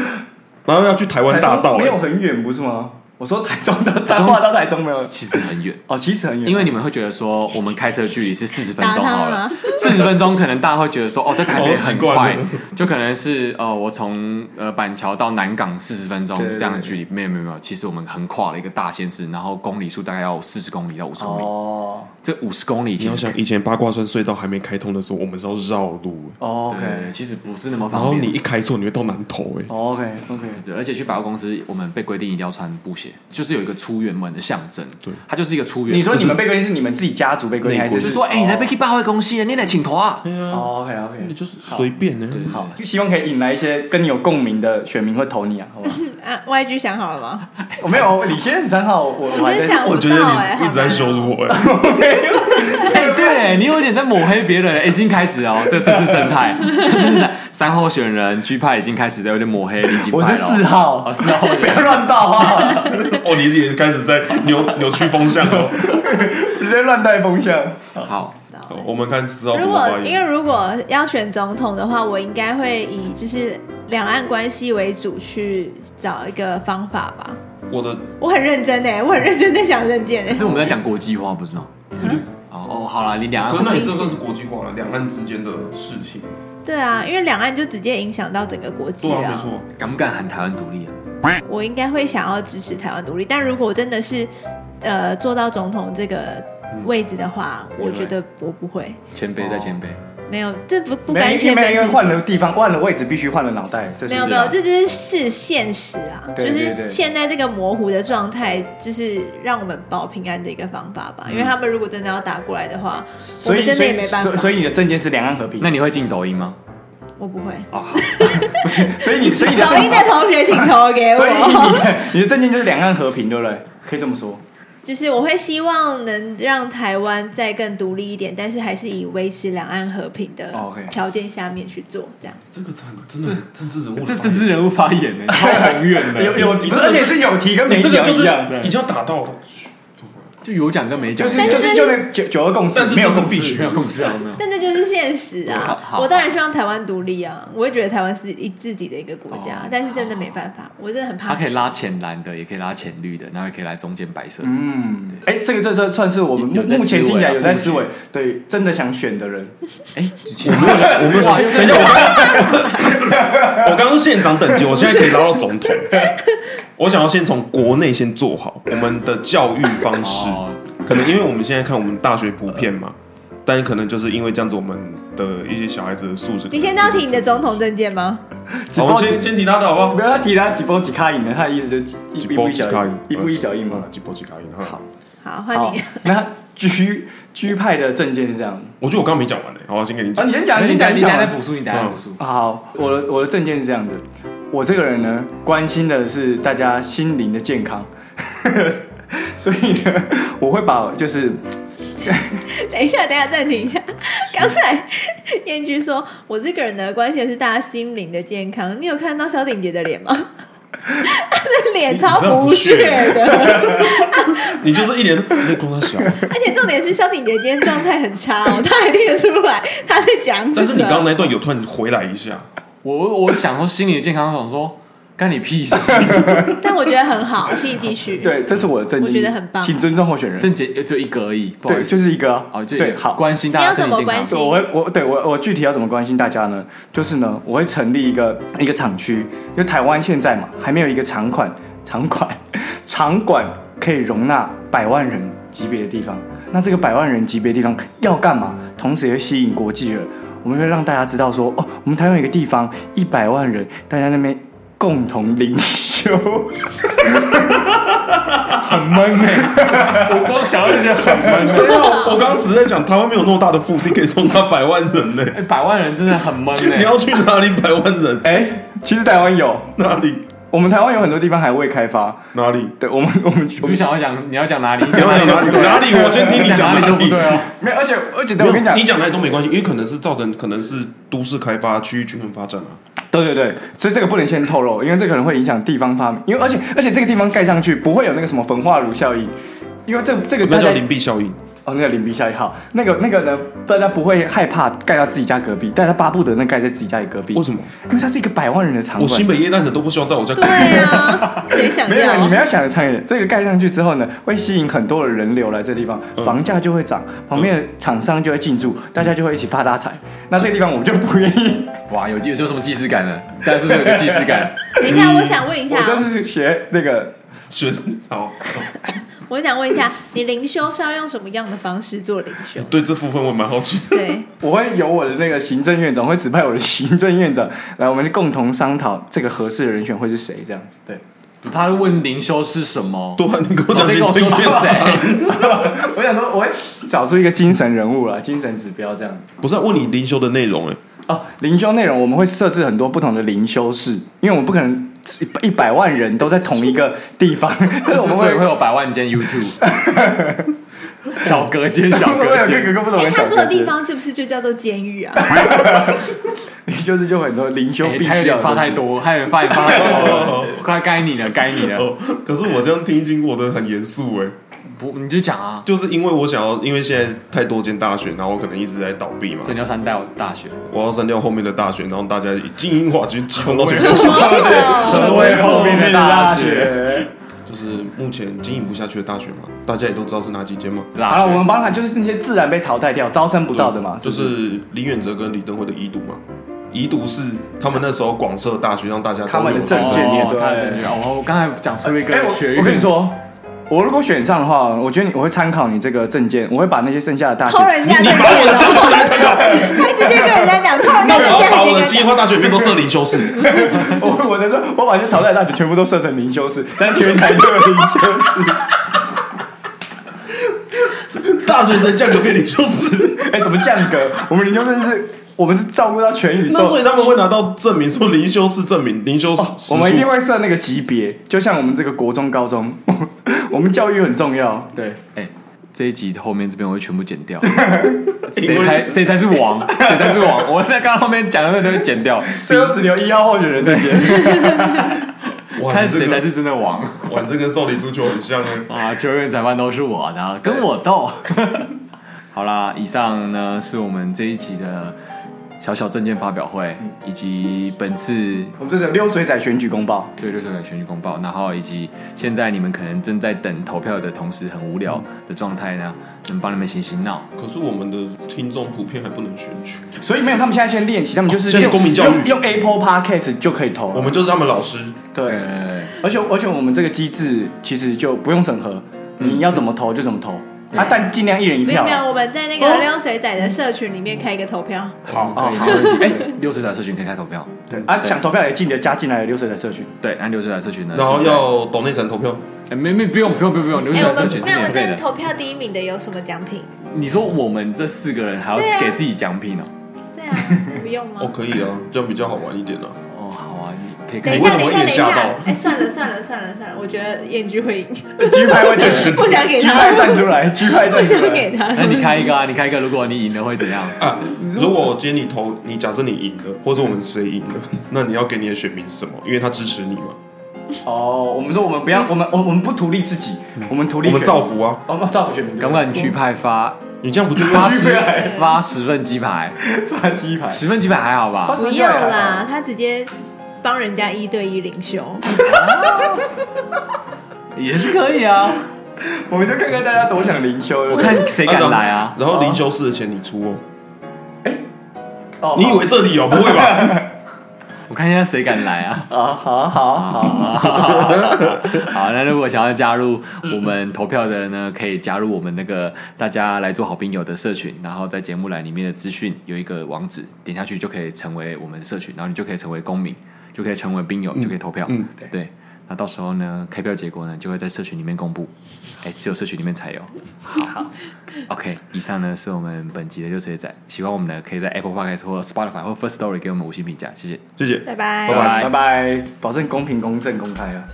B: 然后要去台湾大道
D: 没
B: 哎、
D: 有很远不是吗？欸我说台中到 彰化到台中没有？
E: 其实很远。
D: 哦，其实很 远，
E: 因为你们会觉得说，我们开车距离是四十分钟
A: 打他
E: 好了
A: 吗，
E: 四十分钟可能大家会觉得 说，哦，在台北
B: 哦
E: 很
B: 习惯
E: 快
B: 了，
E: 就可能是呃，我从呃板桥到南港四十分钟
D: 对对对
E: 这样的距离，没有没有没有，其实我们横跨了一个大县市，然后公里数大概要四十公里到五十公里，
D: 哦
E: 这五十公里
B: 你
E: 其
B: 要
E: 实
B: 想以前八卦山隧道还没开通的时候，我们是要绕路，欸
D: 哦
E: 对，
D: ，OK
E: 其实不是那么
B: 然
E: 方
B: 后你
E: 便。
B: 一开错，你会到南头哎。
D: 哦 OK OK，
E: 对而且去百货公司，我们被规定一定要穿布鞋，就是有一个出远门的象征。
B: 对，
E: 它就是一个出远门。
D: 你说你们被规定是你们自己家族被规定，还
B: 内
D: 是哦
B: 国
E: 就是说，哎、你来被去百货公司了，你来请托啊？
D: ？OK OK，
B: 哎就是随便欸呢，
D: 好，希望可以引来一些跟你有共鸣的选民会投你啊，好 不好？
A: 啊，YG 想好了吗？
D: 我没有，李先生三号，我我还
A: 真
D: 在
A: 想
B: 我
A: 不
B: 觉
A: 到
B: 得
A: 哎，
B: 你一直在羞辱我哎。
E: 哎、对你有点在抹黑别人，哎已经开始哦，这这是生 态，这是生态三候选人 G 派已经开始在有点抹黑李景派了。
D: 我是四，号，
E: 哦，四号，
D: 不要 乱报啊，
B: 哦，你也开始在扭 扭曲风向了。
D: 直接乱带风向。
E: 好，
B: 好 我们看知道怎
A: 如
B: 么
A: 果
B: 发
A: 因
B: 言。
A: 为如果要选总统的话，我应该会以就是两岸关系为主去找一个方法吧。
B: 我的
A: 我很认真哎、我很认真在想证件哎、
E: 可是我们在讲国际化，不是吗？哦哦，好了，你两
B: 可是那
E: 岸
B: 也这算是国际化了，两岸之间的事情。
A: 对啊，因为两岸就直接影响到整个国际
B: 对
A: 了。
B: 啊，没错。
E: 敢不敢喊台湾独立啊？
A: 我应该会想要支持台湾独立，但如果真的是呃做到总统这个位置的话，
E: 嗯
A: 我觉得我不会，
E: 谦卑再谦卑，
D: 哦
A: 没有，这不不
D: 没
A: 关
D: 有，
A: 心
D: 因为因为换
A: 没
D: 了地方，换了位置，必须换了脑袋，这是
A: 有没
D: 啊
A: 有，这就是是现实啊，
D: 对对
A: 就
D: 对
A: 是现在这个模糊的状态，就是让我们保平安的一个方法吧。因为他们如果真的要打过来的话，我
D: 所
A: 们
D: 以
A: 真
D: 所
A: 的也
D: 以
A: 没办
D: 所以
A: 法
D: 所。以你的证件是两岸和平
E: 那，你会进抖音吗？
A: 我不会，
E: 啊、
D: 不是？所以你所以你的
A: 抖音的
D: 证，
A: 同学请投给
D: 所以你
A: 我。
D: 的你的证件就是两岸和平，对不对？可以这么说。
A: 就是我会希望能让台湾再更独立一点，但是还是以维持两岸和平的
E: 哦
D: OK
A: 条件下面去做，这样。
B: 这个真的真的政治人物的
E: 这
B: 发言，
E: 这是人物发 言呢、超宏远的，
D: 有有，
B: 你
D: 不
B: 这个
D: 是而且是有题跟没
B: 你
D: 题
B: 这个
D: 要
B: 就是
D: 一样的
B: 已，经要打到了。
E: 就有讲跟没讲
D: 就
E: 一
D: 是
E: 样，
D: 就是就是九九二共识
B: 但，是
D: 没有
B: 这是
D: 共
B: 必
D: 识
B: 须，
E: 没有共识啊，没有。
A: 但这就是现实
E: 好
A: 啊！
E: 好
A: 我当然希望台湾独立啊，我也觉得台湾是一自己的一个国家，
E: 哦
A: 但是真的没办法，我真的很
E: 它。
A: 怕
E: 可以拉浅蓝的，也可以拉浅绿的，然后也可以来中间白色的。
D: 嗯，哎，这个这这算是我们目
E: 有在思
D: 目
E: 维啊
D: 前听起来有在思维
E: 目，
D: 对，真的想选的人，
E: 哎、我没
B: 我没
E: 有
B: 有
E: 哇，又在讲
B: 我刚刚是县长等级，我现在可以拉到总统。我想要先从国内先做好我们的教育方式，
E: 哦
B: 可能因为我们现在看我们大学普遍嘛，但可能就是因为这样子，我们的一些小孩子的素质。
A: 你先要提你的总统证件吗？
B: 好，我们先先提他的好不好
D: 哦不？要他提他几波几卡赢的，他的意思就一一步一脚印，一步一脚印嘛
B: 哦嘛，。几波几卡印。好，
D: 好
A: 好，换你。，
D: 那 G G 派的证件是这样，
B: 我觉得我刚刚没讲完呢，好，先给你
D: 啊，
B: 讲。
D: 你先讲，
E: 哎你
D: 先
E: 等
D: 讲，啊
E: 你等
D: 你讲
E: 下再
D: 完。
E: 补述，你等下再补述。
D: 好，我的我的证件是这样的，我这个人呢，关心的是大家心灵的健康， 所以呢，我会把就是
A: 等一下，等一下，暂停 一下。刚才燕君说，我这个人呢，关键是大家心灵的健康。你有看到萧鼎杰的脸吗？他的脸超不屑的，
B: 你就是一脸那光 他小，
A: 而且重点是萧鼎杰今天状态很差哦，他还听得出来他在讲什么。
B: 但是你刚刚那一段有突然回来一
E: 啊
B: 下，
E: 我我想说心理的健康，我想说干你 屁事。
A: 但我觉得很好，请你继续。，
D: 对，这是我的证件，
A: 我觉得很棒啊
D: 请尊重候选人。
E: 郑姐呃就一个而已，不好
D: 对，
E: 意思。
D: 就是一个啊
E: 哦，就一个
D: 对，好，
E: 关心大家身体健
A: 你要
E: 康
A: 怎。
D: 对，我会我对我我具体要怎么关心大家呢？就是呢，我会成立一个一个厂区，因为台湾现在嘛还没有一个场馆场馆场馆可以容纳百万人级别的地方。那这个百万人级别的地方要干嘛？同时也会吸引国际人，我们会让大家知道说，哦，我们台湾有一个地方一百万人，大家那边共同领袖，很闷哎、我光想到就觉得很闷。
B: 对啊，我刚刚只是在讲台湾没有那么大的腹地可以容纳百万人呢、
E: 哎，百万人真的很闷
B: 你
E: 哎。
B: 要去哪里百万 人？
D: 哎、其实台湾有，
B: 哪里
D: 我们台湾有很多地方还未开发。
B: 哪里？
D: 对，我们我们
E: 你
D: 我
E: 是不
D: 们
E: 是想要讲你要讲哪里？你
B: 你
E: 讲
B: 要
E: 哪里
B: 讲
E: 都
B: 哪里？
E: 不对啊
B: 哪里？我先听你
E: 讲
B: 讲
E: 里
B: 里
E: 都不对哦。
D: 没有，而且而且
B: 没有
D: 对我跟你讲
B: 你，讲哪里都没关系，因为可能是造成可能是都市开发、区域均衡发展啊。
D: 对对对，所以这个不能先透露，因为这可能会影响地方发明，因为而且而且这个地方盖上去不会有那个什么焚化炉效应，因为这这个
B: 那
D: 大
B: 叫
D: 家
B: 邻避效应。
D: 哦，那个林碧下一号，那个那个呢，大家不会害怕盖到自己家隔壁，但他巴不得那盖在自己家里隔壁。
B: 为什么？
D: 因为它是一个百万人的场
B: 我
D: 馆。
B: 新北夜蛋城都不希望在我家
A: 对啊，谁想
D: 没有，
A: 要
D: 你？们要想的长远点。这个盖上去之后呢，会吸引很多的人流来这地方，
B: 嗯
D: 房价就会涨，旁边的厂商就会进驻，大家就会一起发大财。那这个地方我们就不愿意。
E: 哇，有有有什么既视感呢？大家是不是有个既 视感？
A: 等一下，我想问一下
D: 我，这是学那个，
B: 学生。好，
A: 我想问一下，你灵修是要用什么样的方式做灵修？
B: 对这部分我蛮好奇。
A: 对，
D: 我会有我的那个行政院长，会指派我的行政院长来，我们共同商讨这个合适的人选会是谁，这样子。对，
E: 他问灵修是什么？
B: 对啊，你跟我
E: 然
B: 讲
E: 后再哦跟我
B: 清
E: 说
B: 楚
E: 是谁？
D: 我想说，我会找出一个精神人物啦，精神指标这样子。
B: 不是啊问你灵修的内容哎、
D: 哦，灵修内容我们会设置很多不同的灵修室，因为我们不可能一一百万人都在同一个地方，但是我
E: 就是
D: 们
E: 所以会
D: 会。
E: 有百万间 YouTube，小隔间小
D: 会
E: 隔
D: 有各
E: 间，
D: 个不同
A: 哎、
D: 的小
A: 他说的
D: 隔
A: 地
D: 间，
A: 方是不是就叫做监狱 啊？
D: 就是就很多灵修
E: 哎
D: 必
E: 他有
D: 须要
E: 点
D: 的
E: 发太
D: 东西。
E: 多，他有点发发 太多，该该你了，该你了，
B: 哦，可是我这样听经过的很严肃哎，
E: 不你就讲啊，
B: 就是因为我想要，因为现在太多间大学，然后我可能一直在倒闭嘛
E: 所，以你要删掉大学，
D: 哦
B: 我要删掉后面的大学，然后大家以精英化集集中到全部，
D: 何谓后面的大学？
B: 就是目前经营不下去的大学嘛，大家也都知道是哪几间嘛。
E: 大
D: 好
E: 学哦
D: 了，我们帮他就是啊那些自然被淘汰掉、招生不到的嘛，
B: 就是
D: 不是
B: 是李远哲跟李登辉的遗毒嘛。遗毒是他们那时候广设大学让大家都
D: 他们的
B: 有
D: 证件
E: 哦
D: 也对
E: 他的证件哦，我刚才讲出一
D: 哎
E: 个学
D: 我
E: 院，
D: 我跟你说，我如果选上的话，我觉得你我会参考你这个证件，我会把那些剩下的大学
A: 偷人家证件 哦，还直接跟人家讲偷人
B: 那
A: 家
B: 我要
A: 证件，
B: 把
A: 还
B: 我
A: 直接
B: 的
A: 跟
B: 精
A: 人
B: 英
A: 家
B: 化大学里面都设灵修 室，
D: 我我在这，我把这淘汰的大学全部都设成灵修室，但全台都有灵修室。
B: 大学生价格变灵修室，
D: 哎、什么降格？我们灵修室是，我们是照顾到全宇
B: 那所以
D: 宙。
B: 他们会拿到证明，说灵修室证明灵修室时数
D: 哦我们一定会设那个级别，就像我们这个国中、高中， 我们教育很重要。对，
E: 哎、这一集后面这边我会全部剪 掉，谁才谁才是王，谁才是王？ 我在刚刚后面讲的那都会剪掉，
D: 最后只留一号候选人在间。
B: 哇
E: 看
B: 你这
E: 谁
B: 个
E: 才是真的王
B: 哇，你这跟少林足球很像哎。
E: 啊！球员裁判都是我的，跟我 斗。好啦，以上呢是我们这一集的小小证件发表会，以及本次
D: 我们这是溜水仔选举公报。
E: 对六球的选举公报，然后以及现在你们可能正在等投票的同时很无聊的状态呢，能帮你们醒醒脑。
B: 可是我们的听众普遍还不能选举，
D: 所以没有，他们现在先练习，他们就是
B: 哦现在是公民教育嗯
D: 用用 Apple Podcast 就可以投了。
B: 我们就是他们老师，
D: 对，
E: 对，
D: 而且而且我们这个机制其实就不用审核，你要怎么投就怎么投啊，但尽量一人一
A: 没
D: 票
A: 有没有，
D: 啊。
A: 我们在那个溜水仔的社群里面开一个投票，
D: 好
B: 嗯
E: 可以，
D: 好
E: 没问题。哎，六水仔社群可以开投票，
D: 对啊，想投票也记得加进来的流水的社群。
E: 对，按六水仔社群呢，
B: 然后
E: 就在
B: 要岛内层投票，
E: 哎，没没不用不用不用不用，留
B: 啊
A: 哎、
E: 下
A: 我
E: 社
A: 们
E: 群是
A: 那我
E: 免
A: 们
E: 费
A: 这
E: 的。
A: 投票第一名的有什么奖 品？
E: 你说我们这四个人还
A: 对
E: 要
A: 啊
E: 给自己奖品哦？
A: 对啊，不用吗？
B: 哦可以啊，这样比较好玩一点啊。
E: 哦，好啊，你可以
A: 等
E: 看
B: 为什
A: 一下，等
B: 么
A: 一
B: 会有
A: 下，
B: 点
A: 等一
B: 吓
A: 下
B: 到，
A: 哎，算了算了算了算了，我觉得燕 居会赢，
D: G 派会等
A: 不想给
D: G
A: 他
D: 派，站出来，G 派
A: 不
D: 站出
A: 想
D: 来。
A: 给他。
B: 哎
E: 那你开一个啊，你开一个，如果你赢了会怎样？
B: 啊，如果今天你投，你假设你赢了，或者我们谁赢了， 那你要给你的选民什么？因为他支持你嘛，
D: 哦，我们说我们不要，我们我我们不图利自己，我们图
B: 我
D: 利
B: 们
D: 选民
B: 造，福啊！
D: 我们造福选民。
E: 敢不敢去派发
B: 你这样不就
E: 发
D: 去
E: 十
D: 派
E: 发十份鸡排？
D: 发 G 派？
E: 十份鸡排还好吧？
A: 不用啦，他直接帮人家一对一领袖。
E: 也是可以啊。
D: 我们就看看大家多想灵修了。
E: 我看谁敢来啊？
B: 然后灵修室的钱你出哦，
D: 哦，
B: 你以为这里有？不会吧？
E: 我看一下谁敢来啊！
D: 好好好好，
E: 好，那如果想要加入我们投票的呢，可以加入我们那个大家来做好兵友的社群，然后在节目栏里面的资讯有一个网址，点下去就可以成为我们的社群，然后你就可以成为公民，就可以成为兵友，就可以投票。
B: 嗯
E: 对。那到时候呢，开票结果呢就会在社群里面公布，哎，只有社群里面才有。好，OK，以上呢是我们本集的六锤仔，喜欢我们的可以在 Apple Podcast 或 Spotify 或 First Story 给我们五星评价，谢谢。
B: 谢谢。
A: 拜拜
B: 拜
D: 拜拜，保证公平、公正、公开啊！